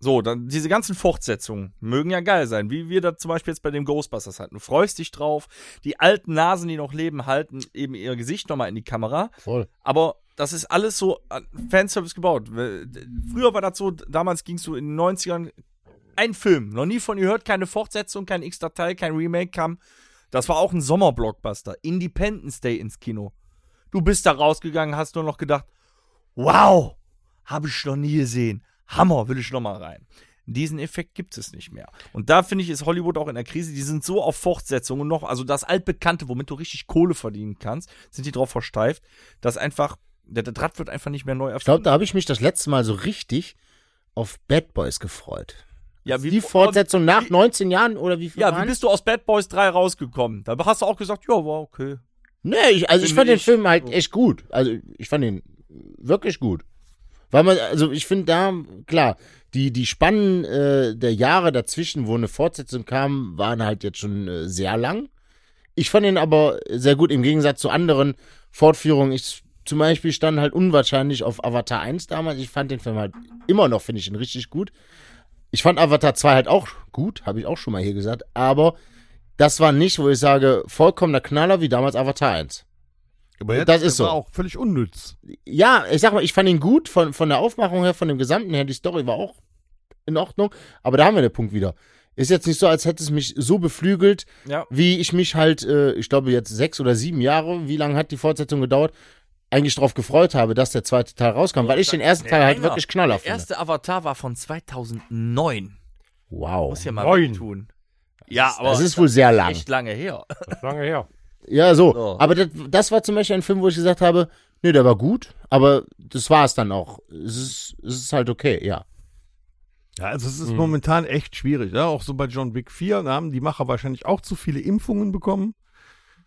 Speaker 4: So, dann diese ganzen Fortsetzungen mögen ja geil sein, wie wir das zum Beispiel jetzt bei dem Ghostbusters hatten. Du freust dich drauf, die alten Nasen, die noch leben, halten eben ihr Gesicht nochmal in die Kamera.
Speaker 3: Voll.
Speaker 4: Aber das ist alles so an Fanservice gebaut. Früher war das so, damals gingst du in den 90ern ein Film, noch nie von gehört, keine Fortsetzung, kein X-Datei, kein Remake kam. Das war auch ein Sommerblockbuster. Independence Day ins Kino. Du bist da rausgegangen, hast nur noch gedacht, wow, habe ich noch nie gesehen. Hammer, will ich noch mal rein. Diesen Effekt gibt es nicht mehr. Und da finde ich, ist Hollywood auch in der Krise. Die sind so auf Fortsetzungen noch, also das Altbekannte, womit du richtig Kohle verdienen kannst, sind die drauf versteift, dass einfach, der, der Draht wird einfach nicht mehr neu
Speaker 3: Ich glaube,
Speaker 4: erfunden.
Speaker 3: da habe ich mich das letzte Mal so richtig auf Bad Boys gefreut.
Speaker 4: ja,
Speaker 3: die Fortsetzung nach 19 Jahren oder wie viel
Speaker 4: Ja, wie
Speaker 3: waren?
Speaker 4: bist du aus Bad Boys 3 rausgekommen? Da hast du auch gesagt, ja, war okay.
Speaker 3: Nee, ich, also ich
Speaker 4: Finde
Speaker 3: fand den
Speaker 4: ich-
Speaker 3: Film halt echt gut. Also ich fand ihn wirklich gut. Weil man, also ich finde da, klar, die, die Spannen äh, der Jahre dazwischen, wo eine Fortsetzung kam, waren halt jetzt schon äh, sehr lang. Ich fand ihn aber sehr gut, im Gegensatz zu anderen Fortführungen. Ich zum Beispiel stand halt unwahrscheinlich auf Avatar 1 damals. Ich fand den Film halt immer noch, finde ich ihn richtig gut. Ich fand Avatar 2 halt auch gut, habe ich auch schon mal hier gesagt, aber das war nicht, wo ich sage, vollkommener Knaller wie damals Avatar 1.
Speaker 5: Aber
Speaker 3: das ist
Speaker 5: war
Speaker 3: so.
Speaker 5: auch völlig unnütz.
Speaker 3: ja, ich sag mal, ich fand ihn gut von, von der Aufmachung her, von dem Gesamten her. Die Story war auch in Ordnung. Aber da haben wir den Punkt wieder. Ist jetzt nicht so, als hätte es mich so beflügelt,
Speaker 4: Ja.
Speaker 3: wie ich mich halt, äh, ich glaube jetzt sechs oder sieben Jahre, wie lange hat die Fortsetzung gedauert, eigentlich drauf gefreut habe, dass der zweite Teil rauskam, weil ich den ersten Teil halt
Speaker 4: Einer.
Speaker 3: wirklich knaller
Speaker 4: Der
Speaker 3: finde.
Speaker 4: erste Avatar war von 2009.
Speaker 3: Wow.
Speaker 4: Muss ja mal
Speaker 2: Neun.
Speaker 4: tun. Ja, aber
Speaker 3: Das ist wohl sehr lang.
Speaker 4: echt lange her.
Speaker 2: Lange her.
Speaker 3: Ja, so.
Speaker 4: So.
Speaker 3: Aber das, das war zum Beispiel ein Film, wo ich gesagt habe, nee, der war gut, aber das war es dann auch. Es ist, es ist halt okay, ja.
Speaker 5: Ja, also es ist
Speaker 4: Mhm.
Speaker 5: momentan echt schwierig. Ja? Auch so bei John Wick 4, da haben die Macher wahrscheinlich auch zu viele Impfungen bekommen.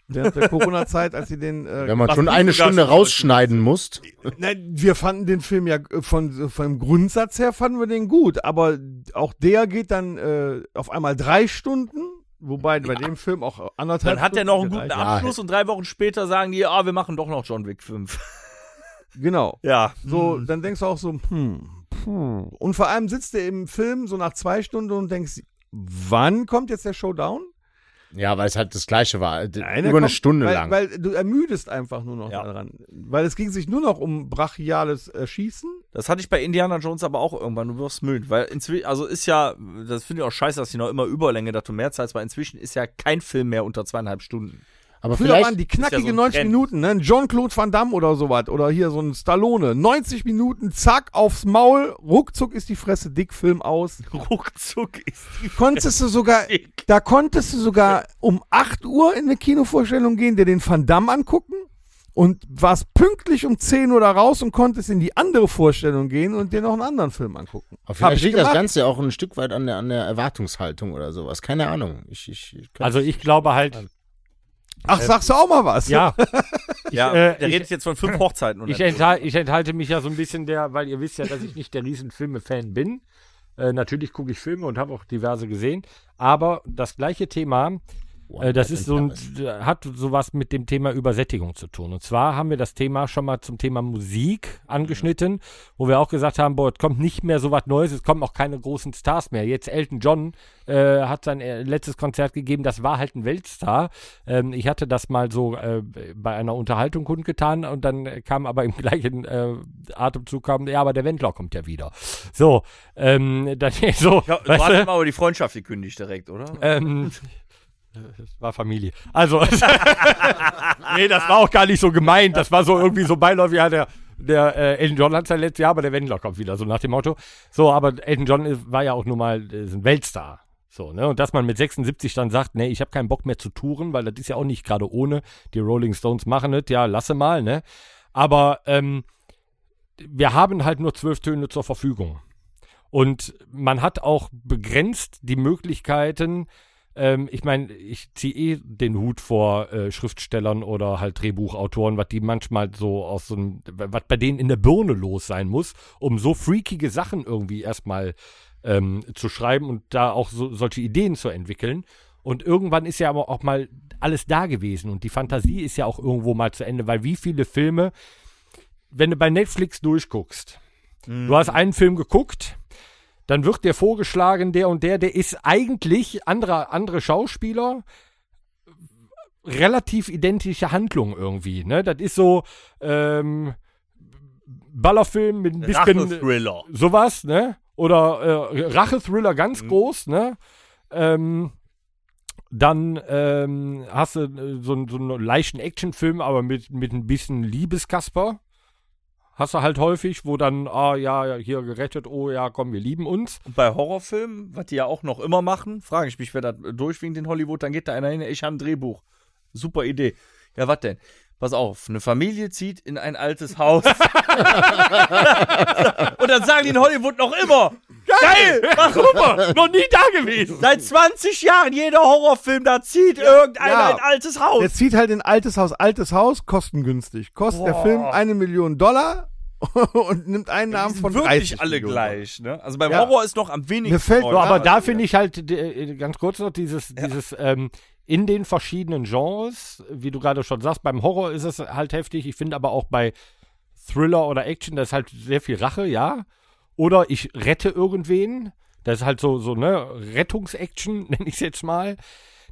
Speaker 5: Während der Corona-Zeit, als sie den. Äh,
Speaker 3: Wenn man
Speaker 4: was
Speaker 3: schon
Speaker 4: nicht
Speaker 3: eine
Speaker 4: sogar
Speaker 3: Stunde
Speaker 4: schon-
Speaker 3: rausschneiden musst.
Speaker 5: Nein, wir fanden den Film ja äh, von, von dem Grundsatz her fanden wir den gut, aber auch der geht dann äh, auf einmal drei Stunden, wobei bei dem Film auch anderthalb
Speaker 4: Dann hat er
Speaker 5: Stunden
Speaker 4: noch einen guten
Speaker 5: gereicht.
Speaker 4: Abschluss und drei Wochen später sagen die, ah, wir machen doch noch John Wick 5.
Speaker 5: Genau.
Speaker 4: Ja.
Speaker 5: So, dann denkst du auch so, hm, hm. Und vor allem sitzt du im Film so nach zwei Stunden und denkst, wann kommt jetzt der Showdown?
Speaker 3: Ja, weil es halt das Gleiche war. D-
Speaker 5: Nein, der
Speaker 3: Über eine
Speaker 5: kommt,
Speaker 3: Stunde
Speaker 5: weil,
Speaker 3: lang.
Speaker 5: Weil du ermüdest einfach nur noch
Speaker 4: Ja.
Speaker 5: daran. Weil es ging sich nur noch um brachiales äh, Schießen.
Speaker 4: Das hatte ich bei Indiana Jones aber auch irgendwann, du wirst müde. Weil inzwischen, also ist ja, das finde ich auch scheiße, dass die noch immer Überlänge dazu mehr Zeit, weil inzwischen ist ja kein Film mehr unter zweieinhalb Stunden.
Speaker 3: Aber
Speaker 5: Früher
Speaker 3: vielleicht,
Speaker 5: waren die knackigen
Speaker 4: so ein
Speaker 5: 90
Speaker 4: Trend.
Speaker 5: Minuten, ne? Ein Jean-Claude Van Damme oder sowas. Oder hier so ein Stallone. 90 Minuten, zack, aufs Maul. Ruckzuck ist die Fresse dick, Film aus.
Speaker 4: Ruckzuck ist die
Speaker 5: Konntest du sogar,
Speaker 4: dick.
Speaker 5: da konntest du sogar um 8 Uhr in eine Kinovorstellung gehen, dir den Van Damme angucken und warst pünktlich um 10 Uhr da raus und konntest in die andere Vorstellung gehen und dir noch einen anderen Film angucken.
Speaker 3: Aber
Speaker 5: Hab ich
Speaker 3: vielleicht liegt das
Speaker 5: gemacht.
Speaker 3: Ganze ja auch ein Stück weit an der, an der Erwartungshaltung oder sowas. Keine Ahnung. Ich, ich, ich kann-
Speaker 2: Also ich glaube halt,
Speaker 5: Ach, sagst du auch mal was?
Speaker 2: ja,
Speaker 4: ja,
Speaker 2: äh,
Speaker 4: der
Speaker 2: ich-
Speaker 4: redet jetzt von fünf Hochzeiten. Und
Speaker 2: ich, enthal ich enthalte mich ja so ein bisschen der, weil ihr wisst ja, dass ich nicht der Riesenfilme-Fan bin. Äh, natürlich gucke ich Filme und habe auch diverse gesehen. Aber das gleiche Thema, äh, das ist so ein, hat sowas mit dem Thema Übersättigung zu tun. Und zwar haben wir das Thema schon mal zum Thema Musik angeschnitten, wo wir auch gesagt haben, boah, es kommt nicht mehr so was Neues, es kommen auch keine großen Stars mehr. Jetzt Elton John äh, hat sein äh, letztes Konzert gegeben, das war halt ein Weltstar. Ähm, ich hatte das mal so äh, bei einer Unterhaltung kundgetan und dann äh, kam aber im gleichen äh, Atemzug kam, ja, aber der Wendler kommt ja wieder. So, ähm, dann so.
Speaker 4: ja, du
Speaker 2: weißt
Speaker 4: hast
Speaker 2: du?
Speaker 4: aber die Freundschaft gekündigt direkt, oder?
Speaker 2: Ähm, es war Familie. Also, nee, das war auch gar nicht so gemeint. Das war so irgendwie so beiläufig. Ja, der der äh, Elton John hat sein letztes Jahr, aber der Wendler kommt wieder, so nach dem Motto. So, aber Elton John ist- war ja auch nur mal äh, ist ein Weltstar. So, ne? Und dass man mit 76 dann sagt, nee, ich habe keinen Bock mehr zu touren, weil das ist ja auch nicht gerade ohne. Die Rolling Stones machen es, ja, lasse mal, ne? Aber ähm, wir haben halt nur zwölf Töne zur Verfügung. Und man hat auch begrenzt die Möglichkeiten, ähm, ich meine, ich ziehe eh den Hut vor äh, Schriftstellern oder halt Drehbuchautoren, was die manchmal so aus so einem, was bei denen in der Birne los sein muss, um so freakige Sachen irgendwie erstmal ähm, zu schreiben und da auch so, solche Ideen zu entwickeln. Und irgendwann ist ja aber auch mal alles da gewesen und die Fantasie ist ja auch irgendwo mal zu Ende, weil wie viele Filme, wenn du bei Netflix durchguckst, du hast einen Film geguckt, dann wird dir vorgeschlagen, der und der, der ist eigentlich andere, andere Schauspieler, relativ identische Handlung irgendwie. Ne? Das ist so ähm, Ballerfilm
Speaker 4: Äh,
Speaker 2: mit ein bisschen
Speaker 4: Thriller.
Speaker 2: sowas, ne? Oder äh, Rache-Thriller ganz groß, ne? Ähm, dann ähm, hast du äh, so, n- so einen leichten Actionfilm, aber mit, mit ein bisschen Liebeskasper. Hast du halt häufig, wo dann, ah ja, ja, hier gerettet, oh ja, komm, wir lieben uns.
Speaker 4: Und bei Horrorfilmen, was die ja auch noch immer machen, frage ich mich, wer da durchwinkt in Hollywood, dann geht da einer hin, ich habe ein Drehbuch. Super Idee. Ja, was denn? Pass auf, eine Familie zieht in ein altes Haus. Und dann sagen die in Hollywood noch immer, geil, mach rüber.
Speaker 2: Noch nie da gewesen!
Speaker 4: Seit 20 Jahren jeder Horrorfilm, da zieht irgendeiner
Speaker 5: ja.
Speaker 4: ein altes Haus.
Speaker 5: Der zieht halt in altes Haus, altes Haus, kostengünstig. Kostet der Film eine Million Dollar und nimmt Einnahmen
Speaker 4: Die
Speaker 5: von
Speaker 4: sind wirklich
Speaker 5: 30
Speaker 4: alle
Speaker 5: Millionen.
Speaker 4: gleich. Ne? Also beim
Speaker 5: Ja.
Speaker 4: Horror ist noch am wenigsten.
Speaker 5: Mir fällt-
Speaker 4: neu,
Speaker 2: So, aber
Speaker 4: ne?
Speaker 2: da finde ich halt äh, ganz kurz noch dieses, dieses ähm, in den verschiedenen Genres, wie du gerade schon sagst, beim Horror ist es halt heftig. Ich finde aber auch bei Thriller oder Action, da ist halt sehr viel Rache, ja. Oder ich rette irgendwen. Das ist halt so, so ne, Rettungsaction, nenne ich es jetzt mal.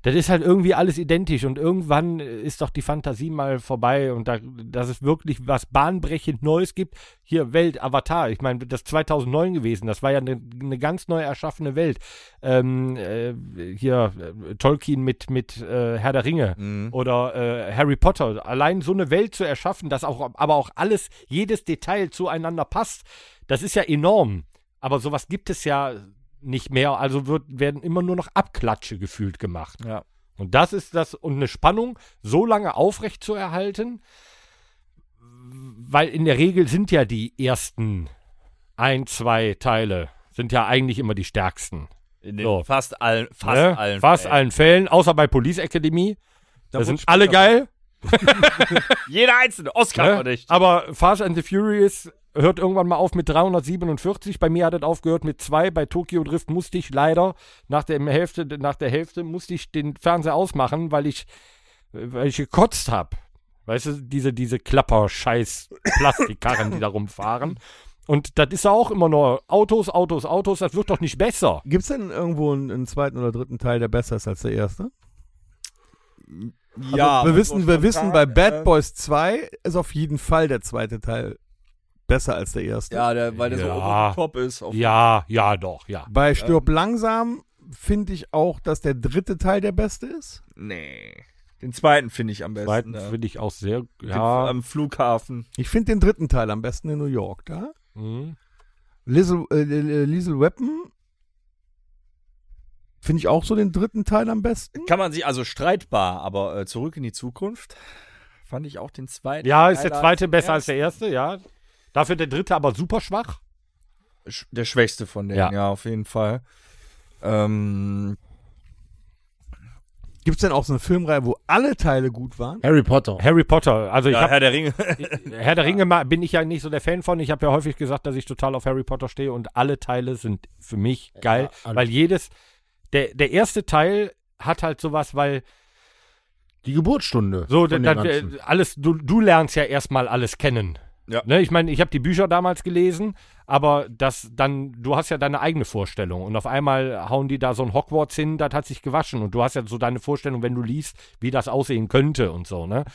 Speaker 2: Das ist halt irgendwie alles identisch und irgendwann ist doch die Fantasie mal vorbei und da, dass es wirklich was bahnbrechend Neues gibt. Hier Welt, Avatar, ich meine, das ist 2009 gewesen, das war ja eine eine ganz neu erschaffene Welt. Ähm, äh, hier äh, Tolkien mit, mit äh, Herr der Ringe oder äh, Harry Potter. Allein so eine Welt zu erschaffen, dass auch, aber auch alles, jedes Detail zueinander passt, das ist ja enorm. Aber sowas gibt es ja nicht mehr, also wird, werden immer nur noch Abklatsche gefühlt gemacht.
Speaker 4: Ja.
Speaker 2: Und das ist das, und eine Spannung so lange aufrecht zu erhalten, weil in der Regel sind ja die ersten ein, zwei Teile, sind ja eigentlich immer die stärksten.
Speaker 4: In den
Speaker 2: So.
Speaker 4: fast allen, fast
Speaker 2: ne?
Speaker 4: allen.
Speaker 2: fast
Speaker 4: Fällen.
Speaker 2: allen Fällen, außer bei Police Academy. Da,
Speaker 4: wurde
Speaker 2: sind alle geil,
Speaker 4: Jeder einzelne. Oscar
Speaker 2: ne?
Speaker 4: oder nicht.
Speaker 2: aber Fast and the Furious hört irgendwann mal auf mit 347. Bei mir hat es aufgehört mit zwei. Bei Tokyo Drift musste ich leider nach der Hälfte, nach der Hälfte musste ich den Fernseher ausmachen, weil ich, weil ich gekotzt habe. Weißt du, diese, diese Klapper-Scheiß-Plastikkarren, die da rumfahren. Und das ist ja auch immer nur Autos, Autos, Autos. Das wird doch nicht besser.
Speaker 5: Gibt's denn irgendwo einen, einen zweiten oder dritten Teil, der besser ist als der erste? Also wir wissen, wir wissen, bei
Speaker 4: äh,
Speaker 5: Bad
Speaker 4: ähm,
Speaker 5: Boys 2 ist auf jeden Fall der zweite Teil besser als der erste.
Speaker 4: Ja, der, weil der so
Speaker 2: Ja.
Speaker 4: over the top ist. Auf
Speaker 2: Ja, ja, doch, ja.
Speaker 5: Bei
Speaker 4: ähm,
Speaker 5: Stirb langsam finde ich auch, dass der dritte Teil der beste ist.
Speaker 4: Nee. Den zweiten finde ich am besten.
Speaker 2: Zweitens
Speaker 4: ja.
Speaker 2: finde ich auch sehr.
Speaker 4: Den
Speaker 2: Ja,
Speaker 4: Am Flughafen.
Speaker 5: Ich finde den dritten Teil am besten in New York, da.
Speaker 2: mhm.
Speaker 5: Liesel, äh, äh, Liesel Weapon finde ich
Speaker 4: Hm.
Speaker 5: auch so den dritten Teil am besten.
Speaker 4: Kann man sich also streitbar, aber äh, zurück in die Zukunft Fand ich auch den zweiten.
Speaker 2: Ja, ist der
Speaker 4: geiler
Speaker 2: zweite
Speaker 4: den
Speaker 2: besser als
Speaker 4: ersten.
Speaker 2: der erste, ja. Dafür der dritte aber super schwach.
Speaker 4: Sch- Der schwächste von denen,
Speaker 2: Ja.
Speaker 4: ja, auf jeden Fall. Ähm,
Speaker 5: Gibt es denn auch so eine Filmreihe, wo alle Teile gut waren?
Speaker 3: Harry Potter.
Speaker 2: Harry Potter, also ich
Speaker 4: ja,
Speaker 2: hab,
Speaker 4: Herr der Ringe.
Speaker 2: Herr der Ringe ma- bin ich ja nicht so der Fan von. Ich habe ja häufig gesagt, dass ich total auf Harry Potter stehe und alle Teile sind für mich geil,
Speaker 3: Ja, alle.
Speaker 2: weil jedes, der, der erste Teil hat halt sowas, weil
Speaker 3: Die Geburtsstunde.
Speaker 2: so, da,
Speaker 3: von
Speaker 2: da,
Speaker 3: dem Ganzen.
Speaker 2: alles, du, du lernst ja erstmal alles kennen.
Speaker 4: Ja.
Speaker 2: Ne, ich meine, ich habe die Bücher damals gelesen, aber das dann, du hast ja deine eigene Vorstellung und auf einmal hauen die da so ein Hogwarts hin, das hat sich gewaschen und du hast ja so deine Vorstellung, wenn du liest, wie das aussehen könnte und so, ne?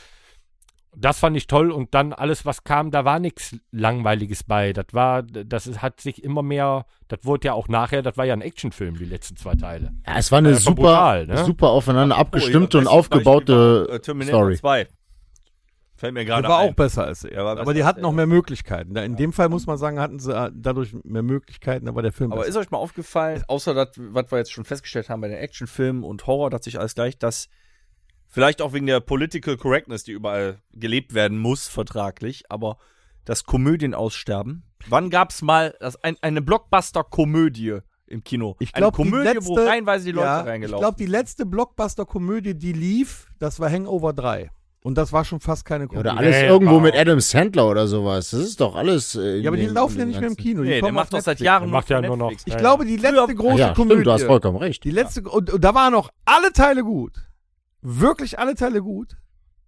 Speaker 2: Das fand ich toll und dann alles, was kam, da war nichts Langweiliges bei. Das war, das ist, hat sich immer mehr, das wurde ja auch nachher, das war ja ein Actionfilm, die letzten zwei Teile.
Speaker 3: ja, es war eine
Speaker 2: äh,
Speaker 3: super,
Speaker 2: brutal, ne?
Speaker 3: super aufeinander abgestimmte
Speaker 4: Oh,
Speaker 3: und
Speaker 4: ja, bestes Beispiel
Speaker 3: aufgebaute
Speaker 4: war, äh, Terminator
Speaker 3: Story.
Speaker 4: 2. Fällt mir
Speaker 5: Der
Speaker 4: gerade
Speaker 5: war
Speaker 4: ein.
Speaker 5: auch besser als er.
Speaker 4: Der war
Speaker 5: aber
Speaker 4: besser
Speaker 5: die
Speaker 4: als
Speaker 5: hatten
Speaker 4: er,
Speaker 5: noch
Speaker 4: ja.
Speaker 5: mehr Möglichkeiten. Da in dem Fall muss man sagen, hatten sie äh, dadurch mehr Möglichkeiten, aber der Film
Speaker 4: Aber
Speaker 5: besser.
Speaker 4: ist euch mal aufgefallen, außer das, was wir jetzt schon festgestellt haben bei den Actionfilmen und Horror, dass sich alles gleich, dass vielleicht auch wegen der Political Correctness, die überall gelebt werden muss, vertraglich, aber das Komödien aussterben. Wann gab's mal das, ein, eine Blockbuster-Komödie im Kino?
Speaker 5: Ich
Speaker 4: eine
Speaker 5: glaub, die
Speaker 4: Komödie, wo
Speaker 5: letzte-
Speaker 4: reinweise die Leute
Speaker 5: ja,
Speaker 4: reingelaufen
Speaker 5: Ich glaube, die letzte Blockbuster-Komödie, die lief, das war Hangover 3. Und das war schon fast keine Komödie.
Speaker 3: Oder alles
Speaker 2: Nee,
Speaker 3: irgendwo
Speaker 2: wow.
Speaker 3: mit Adam Sandler oder sowas. Das ist doch alles. Äh, in
Speaker 5: ja, aber die
Speaker 3: den-
Speaker 5: laufen ja
Speaker 3: in den
Speaker 5: nicht mehr im
Speaker 3: ganzen-
Speaker 5: Kino. Die
Speaker 4: nee, der
Speaker 5: kommen
Speaker 4: macht
Speaker 5: auf
Speaker 4: das seit
Speaker 5: Netflix.
Speaker 4: Jahren
Speaker 2: Der macht ja nur noch.
Speaker 4: Netflix.
Speaker 5: Ich glaube, die letzte große
Speaker 3: Ah, Ja,
Speaker 5: Komödie.
Speaker 3: stimmt, du hast vollkommen recht.
Speaker 5: Die letzte, und, und da waren noch alle Teile gut. Wirklich alle Teile gut.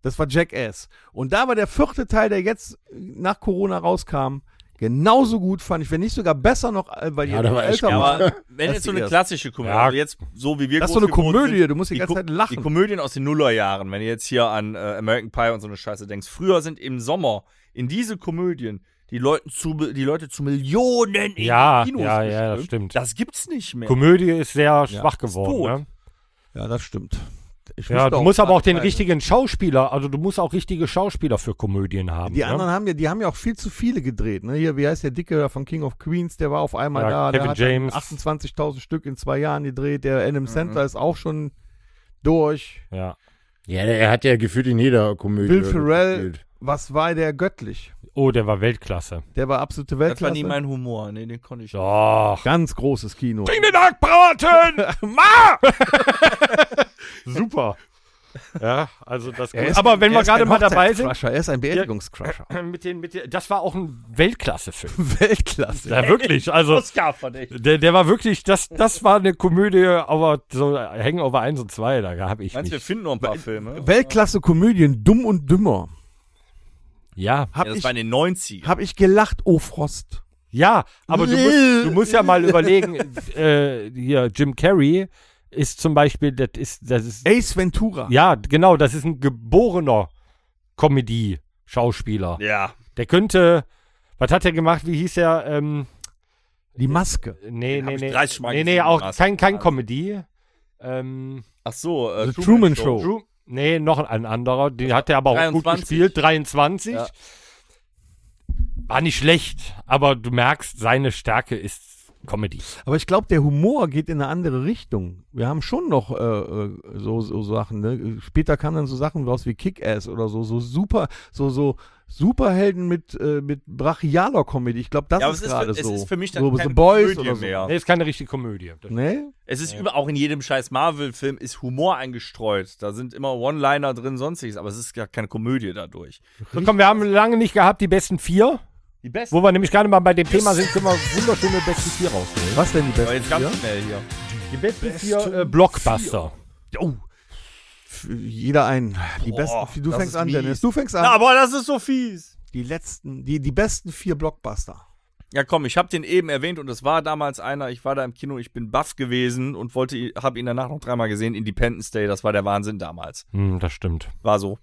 Speaker 5: Das war Jackass. Und da war der vierte Teil, der jetzt äh, nach Corona rauskam, genauso gut, fand ich. Wenn nicht sogar besser noch, äh, weil
Speaker 3: Ja,
Speaker 5: die
Speaker 3: der war echt
Speaker 5: älter
Speaker 3: gut.
Speaker 5: waren.
Speaker 4: Aber
Speaker 5: Das
Speaker 4: wenn jetzt
Speaker 5: ist
Speaker 4: so
Speaker 5: die
Speaker 4: eine
Speaker 5: erste.
Speaker 4: klassische Komödie,
Speaker 2: Ja.
Speaker 4: also jetzt so wie wir
Speaker 5: Das ist
Speaker 4: groß
Speaker 5: so eine
Speaker 4: geworden
Speaker 5: Komödie,
Speaker 4: sind,
Speaker 5: du musst die ganze
Speaker 4: Ko-
Speaker 5: Zeit lachen.
Speaker 4: Die Komödien aus den Nullerjahren, wenn du jetzt hier an äh, American Pie und so eine Scheiße denkst. Früher sind im Sommer in diese Komödien die, Leuten zu, die Leute zu Millionen in
Speaker 2: Ja,
Speaker 4: die Kinos
Speaker 2: ja, ja,
Speaker 4: geströmt.
Speaker 2: das stimmt.
Speaker 4: Das gibt's nicht mehr.
Speaker 2: Komödie ist sehr schwach
Speaker 4: tot.
Speaker 2: geworden. Ne?
Speaker 5: Ja, das stimmt. Ich
Speaker 2: Ja,
Speaker 5: wüsste
Speaker 2: du musst aber auch den
Speaker 5: Teile.
Speaker 2: richtigen Schauspieler, also du musst auch richtige Schauspieler für Komödien haben.
Speaker 5: Die
Speaker 2: ne?
Speaker 5: anderen haben ja, die haben ja auch viel zu viele gedreht. Ne? Hier, wie heißt der Dicke da von King of Queens? Der war auf einmal
Speaker 2: Ja,
Speaker 5: da. Der
Speaker 2: Kevin
Speaker 5: hat dann
Speaker 2: James.
Speaker 5: 28.000 Stück in zwei Jahren gedreht. Der
Speaker 4: Mhm.
Speaker 5: Adam Sandler ist auch schon durch.
Speaker 2: Ja.
Speaker 3: Ja, der, er hat ja gefühlt in jeder Komödie.
Speaker 5: Bill Ferrell,
Speaker 3: gespielt.
Speaker 5: was war der göttlich?
Speaker 2: Oh, der war Weltklasse.
Speaker 5: Der war absolute
Speaker 4: das war
Speaker 5: Weltklasse.
Speaker 4: nie mein Humor. Nee, den konnte ich nicht.
Speaker 2: Doch.
Speaker 5: Ganz großes Kino.
Speaker 2: Bring den Hackbraten! Ma! Super. Ja, also das
Speaker 5: Er ist-
Speaker 2: Aber wenn
Speaker 5: er
Speaker 2: wir
Speaker 5: ist
Speaker 2: gerade
Speaker 5: ein
Speaker 2: mal dabei sind,
Speaker 5: Hochzeitscrusher, Er ist ein Beerdigungscrusher.
Speaker 2: mit den, mit den, das war auch ein Weltklasse-Film.
Speaker 5: Weltklasse.
Speaker 2: Ja, wirklich. Also,
Speaker 4: Oscar verdächtig.
Speaker 2: der, der war wirklich, das, das war eine Komödie, aber so Hangover 1 und 2, da habe ich
Speaker 4: Meinst du, wir
Speaker 2: mich.
Speaker 4: finden noch ein paar Filme?
Speaker 5: Weltklasse-Komödien, dumm und dümmer.
Speaker 2: Ja,
Speaker 5: Hab,
Speaker 4: Ja, das
Speaker 5: ich,
Speaker 4: war in den 90ern.
Speaker 5: hab ich gelacht, oh Frost.
Speaker 2: Ja, aber du musst, du musst ja mal überlegen, äh, hier, Jim Carrey ist zum Beispiel, das ist, das ist,
Speaker 5: Ace Ventura.
Speaker 2: ja, genau, das ist ein geborener Comedy-Schauspieler.
Speaker 4: Ja.
Speaker 2: Der könnte, was hat er gemacht, wie hieß er, ähm,
Speaker 5: Die Maske.
Speaker 2: nee,
Speaker 4: Den hab
Speaker 2: nee,
Speaker 4: ich
Speaker 2: nee,
Speaker 4: 30 Mal
Speaker 2: nee, nee,
Speaker 4: gesehen,
Speaker 2: auch
Speaker 4: krass.
Speaker 2: kein, kein Comedy, ähm,
Speaker 4: Ach so. Äh,
Speaker 5: The Truman Show.
Speaker 2: Drew, nee, noch ein anderer, den hat er aber auch gut
Speaker 4: 23.
Speaker 2: gespielt, 23.
Speaker 4: Ja.
Speaker 2: War nicht schlecht, aber du merkst, seine Stärke ist Comedy.
Speaker 5: Aber ich glaube, der Humor geht in eine andere Richtung. Wir haben schon noch äh, äh, so, so Sachen. Ne? Später kamen dann so Sachen raus wie Kick-Ass oder so, so super, so so Superhelden mit äh, mit brachialer Comedy. Ich glaube, das
Speaker 4: Ja, aber
Speaker 5: ist
Speaker 4: es ist
Speaker 5: gerade
Speaker 4: für- es
Speaker 5: so.
Speaker 4: ist für mich dann
Speaker 5: so,
Speaker 4: keine
Speaker 5: so Boys
Speaker 4: Komödie
Speaker 5: oder so. Ne?
Speaker 4: mehr.
Speaker 2: Nee, ist keine richtige Komödie. Das
Speaker 5: Nee?
Speaker 4: Es ist über, auch in jedem scheiß Marvel-Film ist Humor eingestreut. Da sind immer One-Liner drin, sonstiges, aber es ist gar keine Komödie dadurch.
Speaker 2: So, Also komm, wir haben lange nicht gehabt die besten vier.
Speaker 4: Die besten.
Speaker 2: Wo wir nämlich gerade mal bei dem Thema sind, können wir wunderschöne besten vier rausnehmen.
Speaker 5: Was denn die
Speaker 4: aber
Speaker 5: besten
Speaker 4: jetzt ganz
Speaker 5: vier?
Speaker 4: schnell hier.
Speaker 2: Die besten vier äh, Blockbuster.
Speaker 5: Oh. F- Jeder einen. Die
Speaker 4: Boah,
Speaker 5: besten vier. Du
Speaker 4: das
Speaker 5: fängst
Speaker 4: ist
Speaker 5: an,
Speaker 4: mies.
Speaker 5: Dennis. Du fängst an.
Speaker 4: Na, aber das ist so fies.
Speaker 5: die letzten, die, die besten vier Blockbuster.
Speaker 4: Ja, komm, ich habe den eben erwähnt und es war damals einer, ich war da im Kino, ich bin baff gewesen und wollte habe ihn danach noch dreimal gesehen, Independence Day, das war der Wahnsinn damals.
Speaker 2: Hm, das stimmt.
Speaker 4: War so.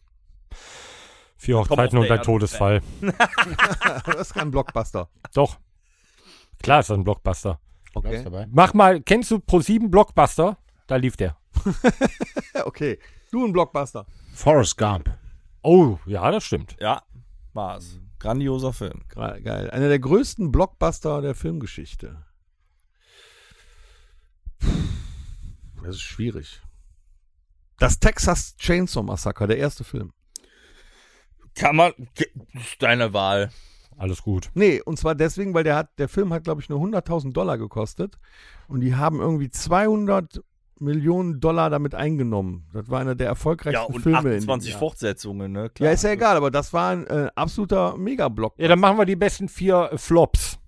Speaker 2: Vier Hochzeiten und
Speaker 4: auf der
Speaker 2: ein
Speaker 4: Erde.
Speaker 2: Todesfall.
Speaker 5: Das ist kein Blockbuster.
Speaker 2: Doch. Klar ist das ein Blockbuster.
Speaker 3: Bleibst
Speaker 5: Okay.
Speaker 3: dabei.
Speaker 2: Mach mal, kennst du Pro7 Blockbuster? Da lief der.
Speaker 5: Ja, okay. Du ein Blockbuster.
Speaker 3: Forrest Gump.
Speaker 2: Oh, ja, das stimmt.
Speaker 4: Ja, war's. Grandioser Film.
Speaker 5: Gra- Geil. Einer der größten Blockbuster der Filmgeschichte. Das ist schwierig. Das Texas Chainsaw Massacre, der erste Film.
Speaker 4: Kann man. Ge- Ist Deine Wahl.
Speaker 2: Alles gut.
Speaker 5: Nee, und zwar deswegen, weil der hat, der Film hat, glaube ich, nur 100.000 Dollar gekostet und die haben irgendwie 200 Millionen Dollar damit eingenommen. Das war einer der erfolgreichsten
Speaker 4: Ja, und
Speaker 5: Filme. in dem
Speaker 4: 28
Speaker 5: Jahr.
Speaker 4: Fortsetzungen, ne? Klar.
Speaker 5: Ja, ist ja egal, aber das war ein äh, absoluter Megablock.
Speaker 2: Ja, dann machen wir die besten vier äh, Flops.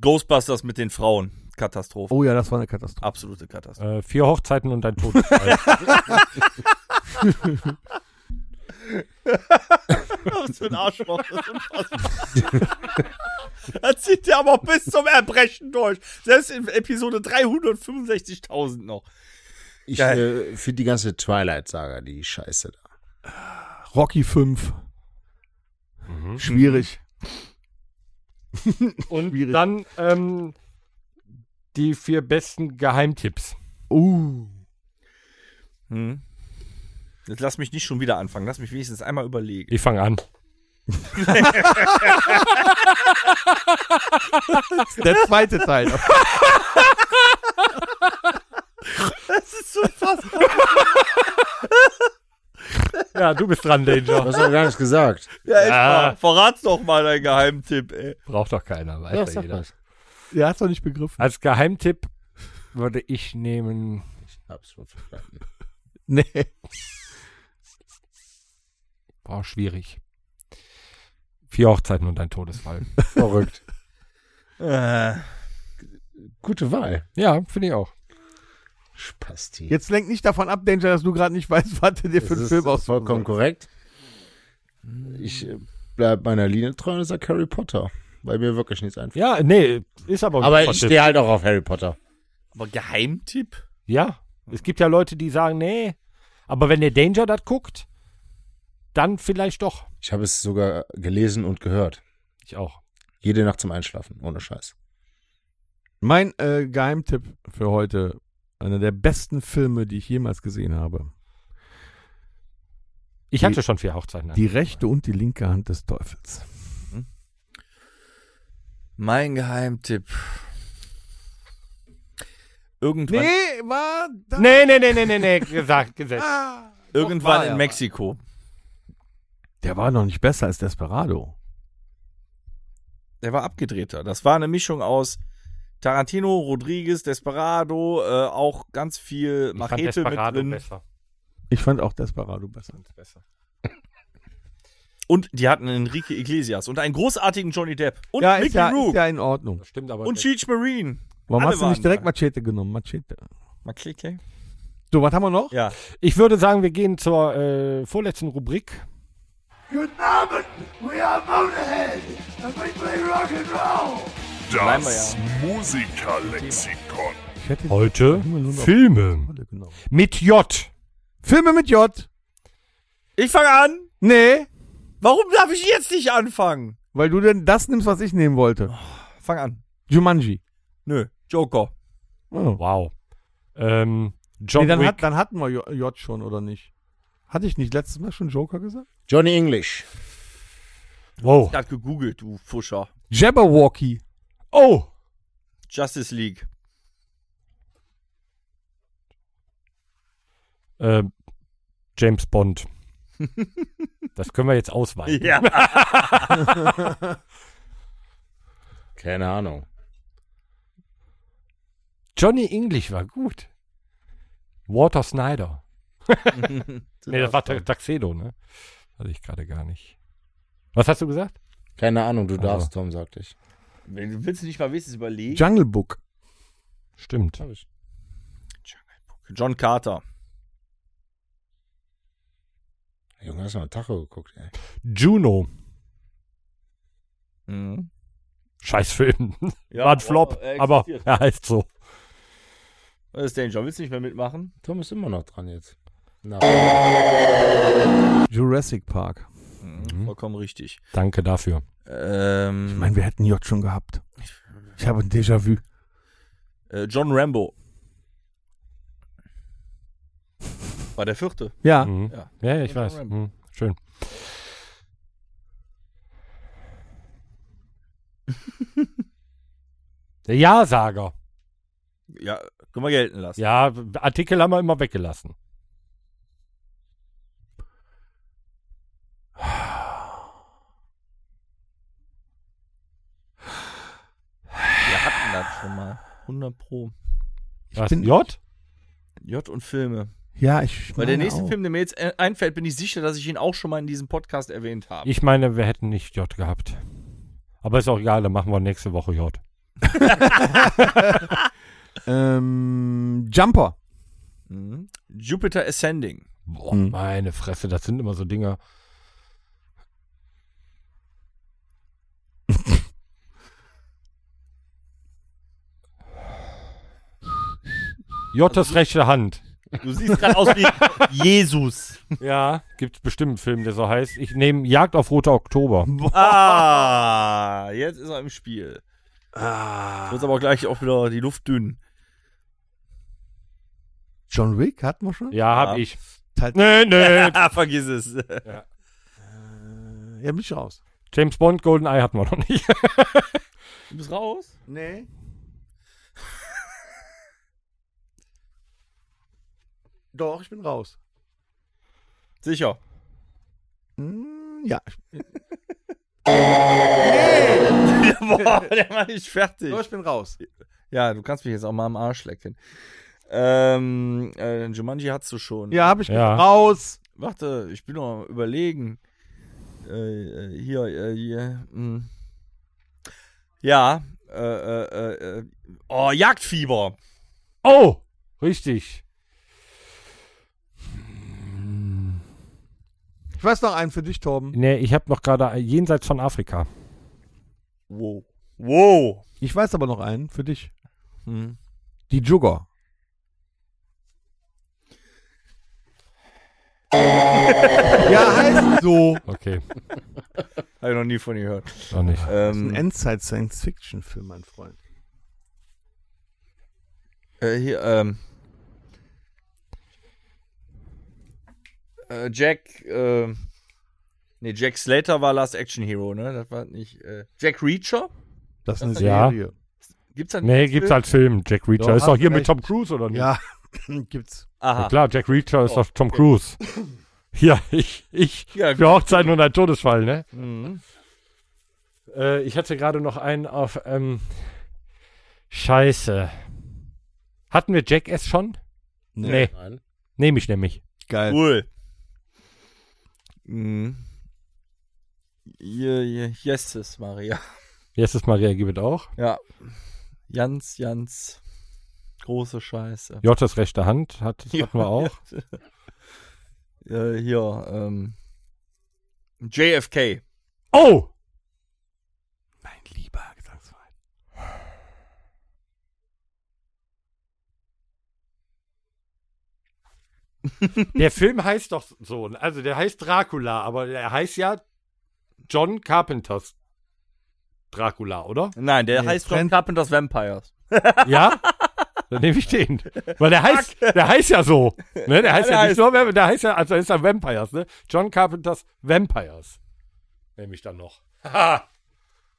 Speaker 4: Ghostbusters mit den Frauen. Katastrophe.
Speaker 5: Oh ja, das war eine Katastrophe.
Speaker 4: Absolute Katastrophe.
Speaker 2: Äh, vier Hochzeiten und ein Todesfall.
Speaker 4: Was für ein Arschloch. Das ist unfassbar. das zieht ja aber bis zum Erbrechen durch. Selbst in Episode 365.000 noch.
Speaker 3: Ich
Speaker 4: Geil.
Speaker 3: äh, finde die ganze Twilight-Saga, die Scheiße da.
Speaker 5: Rocky 5.
Speaker 4: Mhm.
Speaker 5: Schwierig.
Speaker 2: und
Speaker 5: Schwierig.
Speaker 2: dann ähm, die vier besten Geheimtipps.
Speaker 5: Uh.
Speaker 4: Hm. Jetzt lass mich nicht schon wieder anfangen. Lass mich wenigstens einmal überlegen.
Speaker 2: Ich fange an.
Speaker 5: Der zweite Teil.
Speaker 4: Das ist so fast.
Speaker 2: Ja, du bist dran, Danger.
Speaker 3: Du hast doch gar nichts gesagt.
Speaker 4: Ja, echt
Speaker 2: Ja.
Speaker 4: mal. Verrat's doch mal deinen Geheimtipp, ey.
Speaker 2: Braucht doch keiner, weiß
Speaker 3: Ja,
Speaker 2: ja
Speaker 3: sag
Speaker 2: jeder.
Speaker 3: was.
Speaker 5: Der hat's doch nicht begriffen.
Speaker 2: Als Geheimtipp würde ich nehmen.
Speaker 3: Hab's schon verstanden.
Speaker 5: Nee.
Speaker 2: Boah, schwierig. Vier Hochzeiten und ein Todesfall.
Speaker 3: Verrückt.
Speaker 4: Äh,
Speaker 3: Gute Wahl.
Speaker 2: ja, finde ich auch.
Speaker 3: Spasti.
Speaker 5: Jetzt lenk nicht davon ab, Danger, dass du gerade nicht weißt, was du dir für
Speaker 3: Das
Speaker 5: einen
Speaker 3: ist
Speaker 5: Film aussuchen
Speaker 3: Vollkommen korrekt.
Speaker 5: sollst.
Speaker 3: Ich äh, bleib meiner Linie treu und sag Harry Potter. Weil mir wirklich nichts einfällt.
Speaker 2: Ja, nee, ist aber. ein
Speaker 3: Aber
Speaker 2: guter
Speaker 3: ich
Speaker 2: Tipp.
Speaker 3: stehe halt auch auf Harry Potter.
Speaker 4: aber Geheimtipp?
Speaker 2: Ja, es gibt ja Leute, die sagen, nee. Aber wenn der Danger das guckt, dann vielleicht doch.
Speaker 3: Ich habe es sogar gelesen und gehört.
Speaker 2: Ich auch.
Speaker 3: Jede Nacht zum Einschlafen, ohne Scheiß.
Speaker 5: Mein äh, Geheimtipp für heute, einer der besten Filme, die ich jemals gesehen habe.
Speaker 2: Ich
Speaker 5: Die-
Speaker 2: hatte schon vier Hochzeiten.
Speaker 5: Die rechte und die linke Hand des Teufels.
Speaker 4: Mein Geheimtipp. Irgendwann,
Speaker 5: war da.
Speaker 2: Nee, nee, nee, nee, nee, nee, gesagt, gesetzt.
Speaker 5: Ah,
Speaker 4: irgendwann
Speaker 5: war
Speaker 4: in
Speaker 5: er.
Speaker 4: Mexiko.
Speaker 5: Der war noch nicht besser als Desperado.
Speaker 4: Der war abgedrehter. Das war eine Mischung aus Tarantino, Rodriguez, Desperado, äh, auch ganz viel
Speaker 2: Ich fand
Speaker 4: Machete mit
Speaker 2: Desperado
Speaker 4: drin.
Speaker 2: besser.
Speaker 5: Ich fand auch Desperado besser.
Speaker 2: besser.
Speaker 4: Und die hatten Enrique Iglesias und einen großartigen Johnny Depp. Und
Speaker 5: ja, ist
Speaker 4: Mickey
Speaker 5: ja, ist
Speaker 4: Rourke.
Speaker 5: ja in Ordnung.
Speaker 2: Das stimmt aber.
Speaker 4: und
Speaker 2: nicht.
Speaker 4: Cheech Marine.
Speaker 5: Warum
Speaker 4: Alle
Speaker 5: hast du
Speaker 4: waren
Speaker 5: nicht direkt
Speaker 4: da.
Speaker 5: Machete genommen? Machete.
Speaker 4: Mal klicken.
Speaker 5: So, was haben wir noch?
Speaker 4: Ja.
Speaker 2: ich würde sagen, wir gehen zur äh, vorletzten Rubrik.
Speaker 1: Das Musikerlexikon.
Speaker 5: Ich hätte
Speaker 2: Heute
Speaker 5: Film.
Speaker 2: Filme
Speaker 5: Genommen.
Speaker 2: mit J.
Speaker 5: Filme mit J.
Speaker 4: Ich fange an.
Speaker 5: Nee,
Speaker 4: Warum darf ich jetzt nicht anfangen?
Speaker 5: weil du denn das nimmst, was ich nehmen wollte.
Speaker 4: Fang an.
Speaker 5: Jumanji.
Speaker 4: Nö. Joker.
Speaker 5: Oh.
Speaker 2: Wow. Ähm, John
Speaker 5: Nee, dann,
Speaker 2: Wick.
Speaker 5: hat, dann hatten wir J, J schon, oder nicht? Hatte ich nicht letztes Mal schon Joker gesagt?
Speaker 3: Johnny English.
Speaker 2: wow.
Speaker 4: Ich hat gegoogelt, du Fuscher.
Speaker 5: Jabberwocky.
Speaker 2: Oh.
Speaker 4: Justice League.
Speaker 2: Ähm, James Bond. das können wir jetzt ausweiten.
Speaker 4: Ja.
Speaker 3: Keine Ahnung.
Speaker 2: Johnny English war gut. Walter Snyder. Nee, das war Ta- Taxedo, ne? Hatte ich gerade gar nicht. Was hast du gesagt?
Speaker 3: Keine Ahnung, du darfst,
Speaker 2: Also.
Speaker 3: Tom, sagte ich.
Speaker 4: Wenn du willst du nicht mal wenigstens überlegen.
Speaker 5: Jungle Book.
Speaker 2: Stimmt.
Speaker 3: Hab ich.
Speaker 4: John Carter.
Speaker 3: Junge, hast du mal Tacho geguckt, ey.
Speaker 2: Juno.
Speaker 4: Mhm.
Speaker 2: Scheiß Film.
Speaker 4: Ja, oh,
Speaker 2: war ein Flop, aber er heißt so.
Speaker 4: Das ist Danger. Willst du nicht mehr mitmachen?
Speaker 3: Tom ist immer noch dran jetzt. Na, äh,
Speaker 5: Jurassic Park.
Speaker 4: Vollkommen richtig.
Speaker 2: Danke dafür.
Speaker 4: Ähm,
Speaker 5: Ich meine, wir hätten J schon gehabt. Ich habe ein Déjà-vu.
Speaker 4: äh, John Rambo. War der vierte.
Speaker 5: Ah, Ja.
Speaker 2: Mhm.
Speaker 4: Ja.
Speaker 2: Ja, ich
Speaker 4: Und
Speaker 2: weiß.
Speaker 4: Rambo.
Speaker 2: Mhm. Schön. Der Ja-Sager.
Speaker 4: Ja, Können wir gelten lassen.
Speaker 2: Ja, Artikel haben wir immer weggelassen.
Speaker 4: Wir hatten das schon mal. 100 Pro.
Speaker 2: Was,
Speaker 5: bin-
Speaker 2: J?
Speaker 4: J und Filme.
Speaker 5: Ja, ich.
Speaker 4: Weil der
Speaker 5: meine
Speaker 4: nächste
Speaker 5: auch.
Speaker 4: Film, der mir jetzt äh, einfällt, bin ich sicher, dass ich ihn auch schon mal in diesem Podcast erwähnt habe.
Speaker 2: Ich meine, wir hätten nicht J gehabt. Aber ist auch egal, dann machen wir nächste Woche J.
Speaker 5: Ähm, Jumper.
Speaker 4: Mhm. Jupiter Ascending.
Speaker 2: Boah, meine Fresse, das sind immer so Dinger. Jottes rechte Hand.
Speaker 4: Du siehst gerade aus wie Jesus.
Speaker 2: Ja, gibt bestimmt einen Film, der so heißt. Ich nehme Jagd auf Roter Oktober.
Speaker 4: Ah, jetzt ist er im Spiel. Ah. Wird aber auch gleich auch wieder die Luft dünn.
Speaker 5: John Wick hatten wir schon?
Speaker 2: Ja, Halt. hab
Speaker 4: Ja.
Speaker 2: ich.
Speaker 5: Teil-
Speaker 2: Nee, nee.
Speaker 4: Ah, vergiss es.
Speaker 5: Ja, bin ich raus.
Speaker 2: James Bond, Goldeneye hatten wir noch nicht.
Speaker 4: Du bist raus?
Speaker 5: Nee. Doch, ich bin raus.
Speaker 4: Sicher.
Speaker 5: Hm, ja.
Speaker 4: Boah, der war nicht fertig.
Speaker 5: Doch, ich bin raus.
Speaker 4: Ja, du kannst mich jetzt auch mal am Arsch lecken. Ähm, äh, Jumanji hattest du schon.
Speaker 5: Ja, hab ich.
Speaker 2: Ja.
Speaker 5: Raus.
Speaker 4: Warte, ich bin noch am überlegen. Äh, äh, hier, äh, hier. Mh. Ja, äh, äh, äh, äh, oh, Jagdfieber.
Speaker 2: Oh, richtig.
Speaker 5: Ich weiß noch einen für dich, Torben.
Speaker 2: Nee, ich habe noch gerade äh, jenseits von Afrika.
Speaker 4: Wow. Wow.
Speaker 5: Ich weiß aber noch einen für dich.
Speaker 4: Hm.
Speaker 5: Die Jugger. ja, heißt so.
Speaker 2: Okay,
Speaker 4: Hab ich noch nie von gehört.
Speaker 2: noch nicht.
Speaker 5: Ein
Speaker 4: Ähm,
Speaker 5: Endzeit-Science-Fiction-Film, mein Freund.
Speaker 4: äh, hier, ähm. Äh, Jack, äh, nee, Jack Slater war Last Action Hero, ne? Das war nicht, äh, Jack Reacher?
Speaker 5: Das ist eine
Speaker 2: Ja.
Speaker 5: Serie.
Speaker 4: Gibt's da nicht
Speaker 2: Nee,
Speaker 4: als
Speaker 2: gibt's
Speaker 4: Film?
Speaker 2: als Film, Jack Reacher.
Speaker 5: Doch,
Speaker 2: ist doch
Speaker 5: hast
Speaker 2: hier
Speaker 5: du
Speaker 2: mit
Speaker 5: recht.
Speaker 2: Tom Cruise, oder nicht?
Speaker 5: Ja, gibt's.
Speaker 4: Aha.
Speaker 2: Ja, klar, Jack Reacher ist
Speaker 4: Oh,
Speaker 2: doch Tom Cruise. Ja, ich, ich,
Speaker 4: Ja,
Speaker 2: für Hochzeiten und ein Todesfall, ne?
Speaker 4: Mhm.
Speaker 2: Äh, ich hatte gerade noch einen auf, ähm, Scheiße. Hatten wir Jackass schon? Nee.
Speaker 3: Nein.
Speaker 2: Nehme ich nämlich.
Speaker 5: Geil.
Speaker 4: Cool. Mhm. Hier, hier, yes, es, Maria.
Speaker 2: Erstes Mal reagiert auch.
Speaker 4: Ja. Jans, Jans. Große Scheiße.
Speaker 2: Jottes rechte Hand hat,
Speaker 4: Ja,
Speaker 2: hatten wir auch.
Speaker 4: Äh, hier, ähm. JFK.
Speaker 2: Oh!
Speaker 5: Mein lieber Gesangsverein.
Speaker 2: Der Film heißt doch so, also der heißt Dracula, aber der heißt ja John Carpenters Dracula, oder?
Speaker 4: Nein, der
Speaker 5: Nee,
Speaker 4: heißt John
Speaker 5: Friend-
Speaker 4: Carpenter's Vampires.
Speaker 2: Ja? Dann nehme ich den. Weil der heißt, der heißt ja so. Ne? Der heißt ja,
Speaker 4: der
Speaker 2: nicht nur, Vamp- der heißt ja, also ist ja Vampires, ne? John Carpenters Vampires. Nehme ich dann noch. Haha.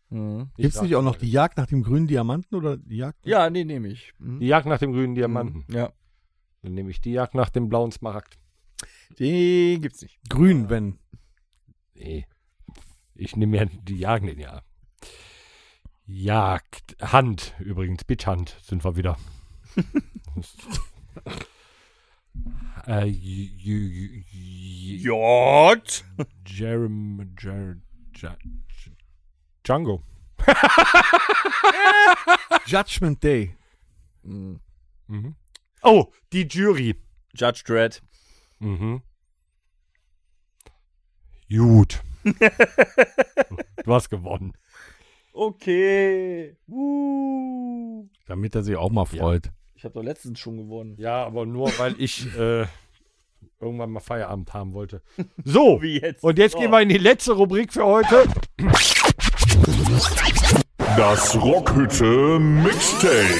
Speaker 4: Mhm.
Speaker 5: Gibt's nicht auch noch die Jagd nach dem grünen Diamanten oder die Jagd?
Speaker 4: Ja, nee, nehme ich. Mhm.
Speaker 2: Die Jagd nach dem grünen Diamanten.
Speaker 4: Ja.
Speaker 2: Dann nehme ich die Jagd nach dem blauen Smaragd.
Speaker 4: Den gibt's nicht.
Speaker 5: Grün, wenn.
Speaker 2: Nee. Ich nehme ja die Jagd, den ja. Jagd. Hand übrigens. Bitchhand sind wir wieder. äh, j- j- j-
Speaker 4: Jod.
Speaker 2: Jeremy Jer, Jer, Django.
Speaker 5: Judgment Day.
Speaker 4: Mhm.
Speaker 2: Oh, die Jury.
Speaker 4: Judge Dredd.
Speaker 2: Mhm. Gut. du hast gewonnen.
Speaker 4: Okay. Uh.
Speaker 5: Damit er sich auch mal freut.
Speaker 4: Ich habe doch letztens schon gewonnen.
Speaker 2: Ja, aber nur weil ich äh, irgendwann mal Feierabend haben wollte. So,
Speaker 4: Wie jetzt?
Speaker 2: und jetzt
Speaker 4: So.
Speaker 2: gehen wir in die letzte Rubrik für heute.
Speaker 1: Das Rockhütte Mixtape.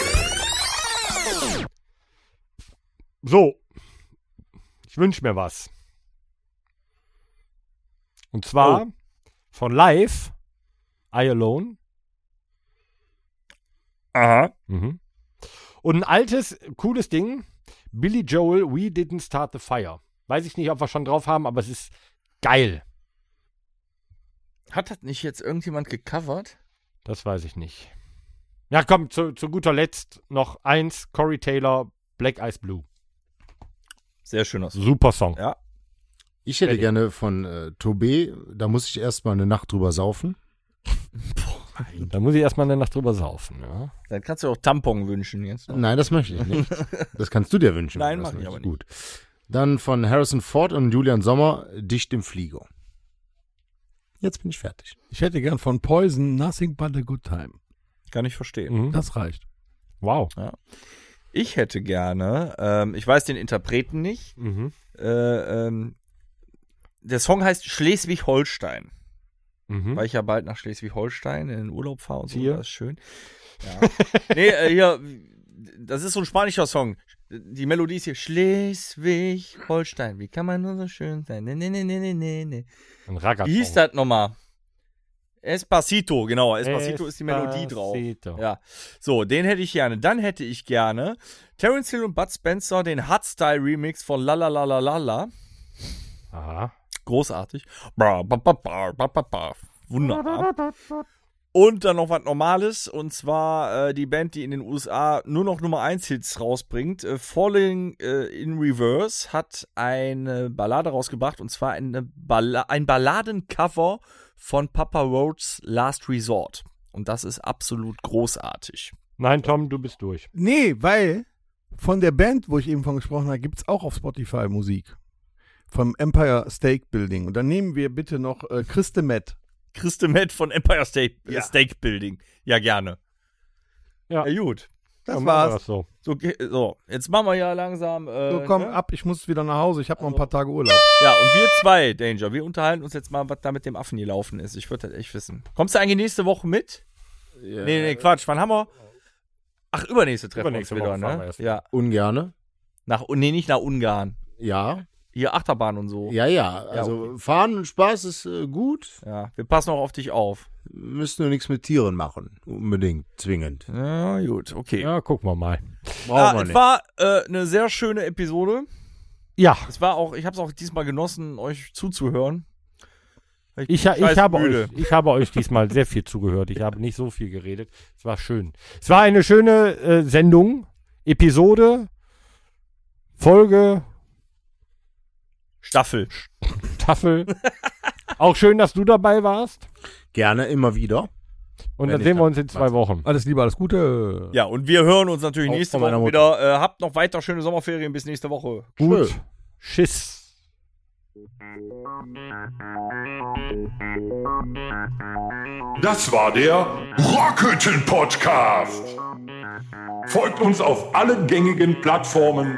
Speaker 2: So, ich wünsche mir was. Und zwar
Speaker 4: Oh.
Speaker 2: von Live, I Alone.
Speaker 4: Aha.
Speaker 2: Mhm. Und ein altes, cooles Ding, Billy Joel, We Didn't Start the Fire. Weiß ich nicht, ob wir schon drauf haben, aber es ist geil.
Speaker 4: Hat das nicht jetzt irgendjemand gecovert?
Speaker 2: Das weiß ich nicht. Ja, komm, zu, zu guter Letzt noch eins, Corey Taylor, Black Eyes Blue.
Speaker 4: Sehr schön aus.
Speaker 2: Super Song.
Speaker 4: Ja.
Speaker 3: Ich hätte
Speaker 2: Fertig.
Speaker 3: gerne von äh, Tobé, da muss ich erstmal eine Nacht drüber saufen.
Speaker 2: Da muss ich erstmal eine Nacht drüber saufen. Ja.
Speaker 4: Dann kannst du auch Tampon wünschen jetzt. noch.
Speaker 3: Nein, das möchte ich nicht. Das kannst du dir wünschen.
Speaker 4: Nein,
Speaker 3: Das
Speaker 4: mach ich
Speaker 3: ist
Speaker 4: aber nicht.
Speaker 3: Gut. Dann von Harrison Ford und Julian Sommer, Dicht im Flieger. Jetzt bin ich fertig.
Speaker 7: Ich hätte gern von Poison Nothing But a Good Time.
Speaker 4: Kann ich verstehen.
Speaker 2: Mhm.
Speaker 7: Das reicht.
Speaker 2: Wow.
Speaker 4: Ich hätte gerne, ähm, ich weiß den Interpreten nicht,
Speaker 2: Mhm.
Speaker 4: äh, ähm, der Song heißt Schleswig-Holstein,
Speaker 2: Mhm.
Speaker 4: weil ich ja bald nach Schleswig-Holstein in den Urlaub fahre und so,
Speaker 2: Hier.
Speaker 4: das ist schön. Ja. nee, äh, hier, das ist so ein spanischer Song. Die Melodie ist hier Schleswig-Holstein. Wie kann man nur so schön sein? Nee, nee, nee, nee, nee, nee, nee.
Speaker 2: Ein Ragga.
Speaker 4: Wie hieß das nochmal? Espacito, genau. Espacito ist die Melodie drauf.
Speaker 2: Espacito.
Speaker 4: Ja, so, den hätte ich gerne. Dann hätte ich gerne Terence Hill und Bud Spencer den Hardstyle Remix von La La La La La La.
Speaker 2: Aha.
Speaker 4: Großartig. Ba, ba, ba, ba, ba, ba, ba. Wunderbar. Und dann noch was Normales, und zwar äh, die Band, die in den USA nur noch Nummer 1 Hits rausbringt. Äh, Falling äh, in Reverse hat eine Ballade rausgebracht, und zwar eine Balla ein Balladencover von Papa Roach's Last Resort. Und das ist absolut großartig.
Speaker 2: Nein, Tom, du bist durch.
Speaker 7: Nee, weil von der Band, wo ich eben von gesprochen habe, gibt es auch auf Spotify Musik. Vom Empire State Building. Und dann nehmen wir bitte noch äh, Christe Matt.
Speaker 4: Christe Matt von Empire State,
Speaker 7: Ja.
Speaker 4: Steak Building. Ja, gerne.
Speaker 2: Ja.
Speaker 4: ja gut.
Speaker 7: Das
Speaker 2: Dann machen wir
Speaker 7: war's.
Speaker 2: Das so.
Speaker 4: So, ge- so, jetzt machen wir ja langsam. Äh,
Speaker 7: So, komm
Speaker 5: ah.
Speaker 4: ne?
Speaker 7: ab, ich muss wieder nach Hause. Ich habe noch ein
Speaker 4: Also-
Speaker 7: paar Tage Urlaub.
Speaker 4: Ja, und wir zwei, Danger, wir unterhalten uns jetzt mal, was da mit dem Affen gelaufen ist. Ich würde das echt wissen. Kommst du eigentlich nächste Woche mit? Nee, nee, Quatsch. Wann haben wir? Ach, übernächste Treffen
Speaker 2: Übernächste
Speaker 4: wir
Speaker 2: Woche
Speaker 4: uns wieder,
Speaker 2: fahren wir
Speaker 4: ne?
Speaker 2: erst.
Speaker 4: Ja.
Speaker 3: Ungerne.
Speaker 4: Nach, nee, nicht nach Ungarn.
Speaker 3: Ja,
Speaker 4: Hier Achterbahn und so.
Speaker 3: ja, ja. Also
Speaker 4: okay.
Speaker 3: fahren und Spaß ist äh, gut.
Speaker 4: Ja, wir passen auch auf dich auf.
Speaker 3: Müssen nur nichts mit Tieren machen. Unbedingt, zwingend.
Speaker 4: Ja, gut, okay.
Speaker 2: Ja, gucken wir mal.
Speaker 3: Brauchen wir
Speaker 4: es
Speaker 3: nicht.
Speaker 4: war äh, eine sehr schöne Episode.
Speaker 2: Ja,
Speaker 4: Es war auch, ich habe es auch diesmal genossen, euch zuzuhören.
Speaker 2: ich, ha-
Speaker 4: scheiß
Speaker 2: ich, habe
Speaker 4: müde.
Speaker 2: euch, ich habe euch diesmal sehr viel zugehört. Ich habe nicht so viel geredet. Es war schön. Es war eine schöne äh, Sendung, Episode, Folge,
Speaker 4: Staffel.
Speaker 2: Staffel. Auch schön, dass du dabei warst.
Speaker 3: Gerne immer wieder.
Speaker 2: Und
Speaker 3: Wenn
Speaker 2: dann
Speaker 3: ich
Speaker 2: sehen wir
Speaker 3: da-
Speaker 2: uns in zwei Wochen.
Speaker 7: Alles Liebe, alles Gute.
Speaker 4: Ja, und wir hören uns natürlich
Speaker 3: Auch
Speaker 4: nächste
Speaker 3: von meiner
Speaker 4: Woche wieder. Äh, habt noch weiter schöne Sommerferien. Bis nächste Woche.
Speaker 2: Gut. Schiss.
Speaker 1: Das war der Rockhütten Podcast. Folgt uns auf allen gängigen Plattformen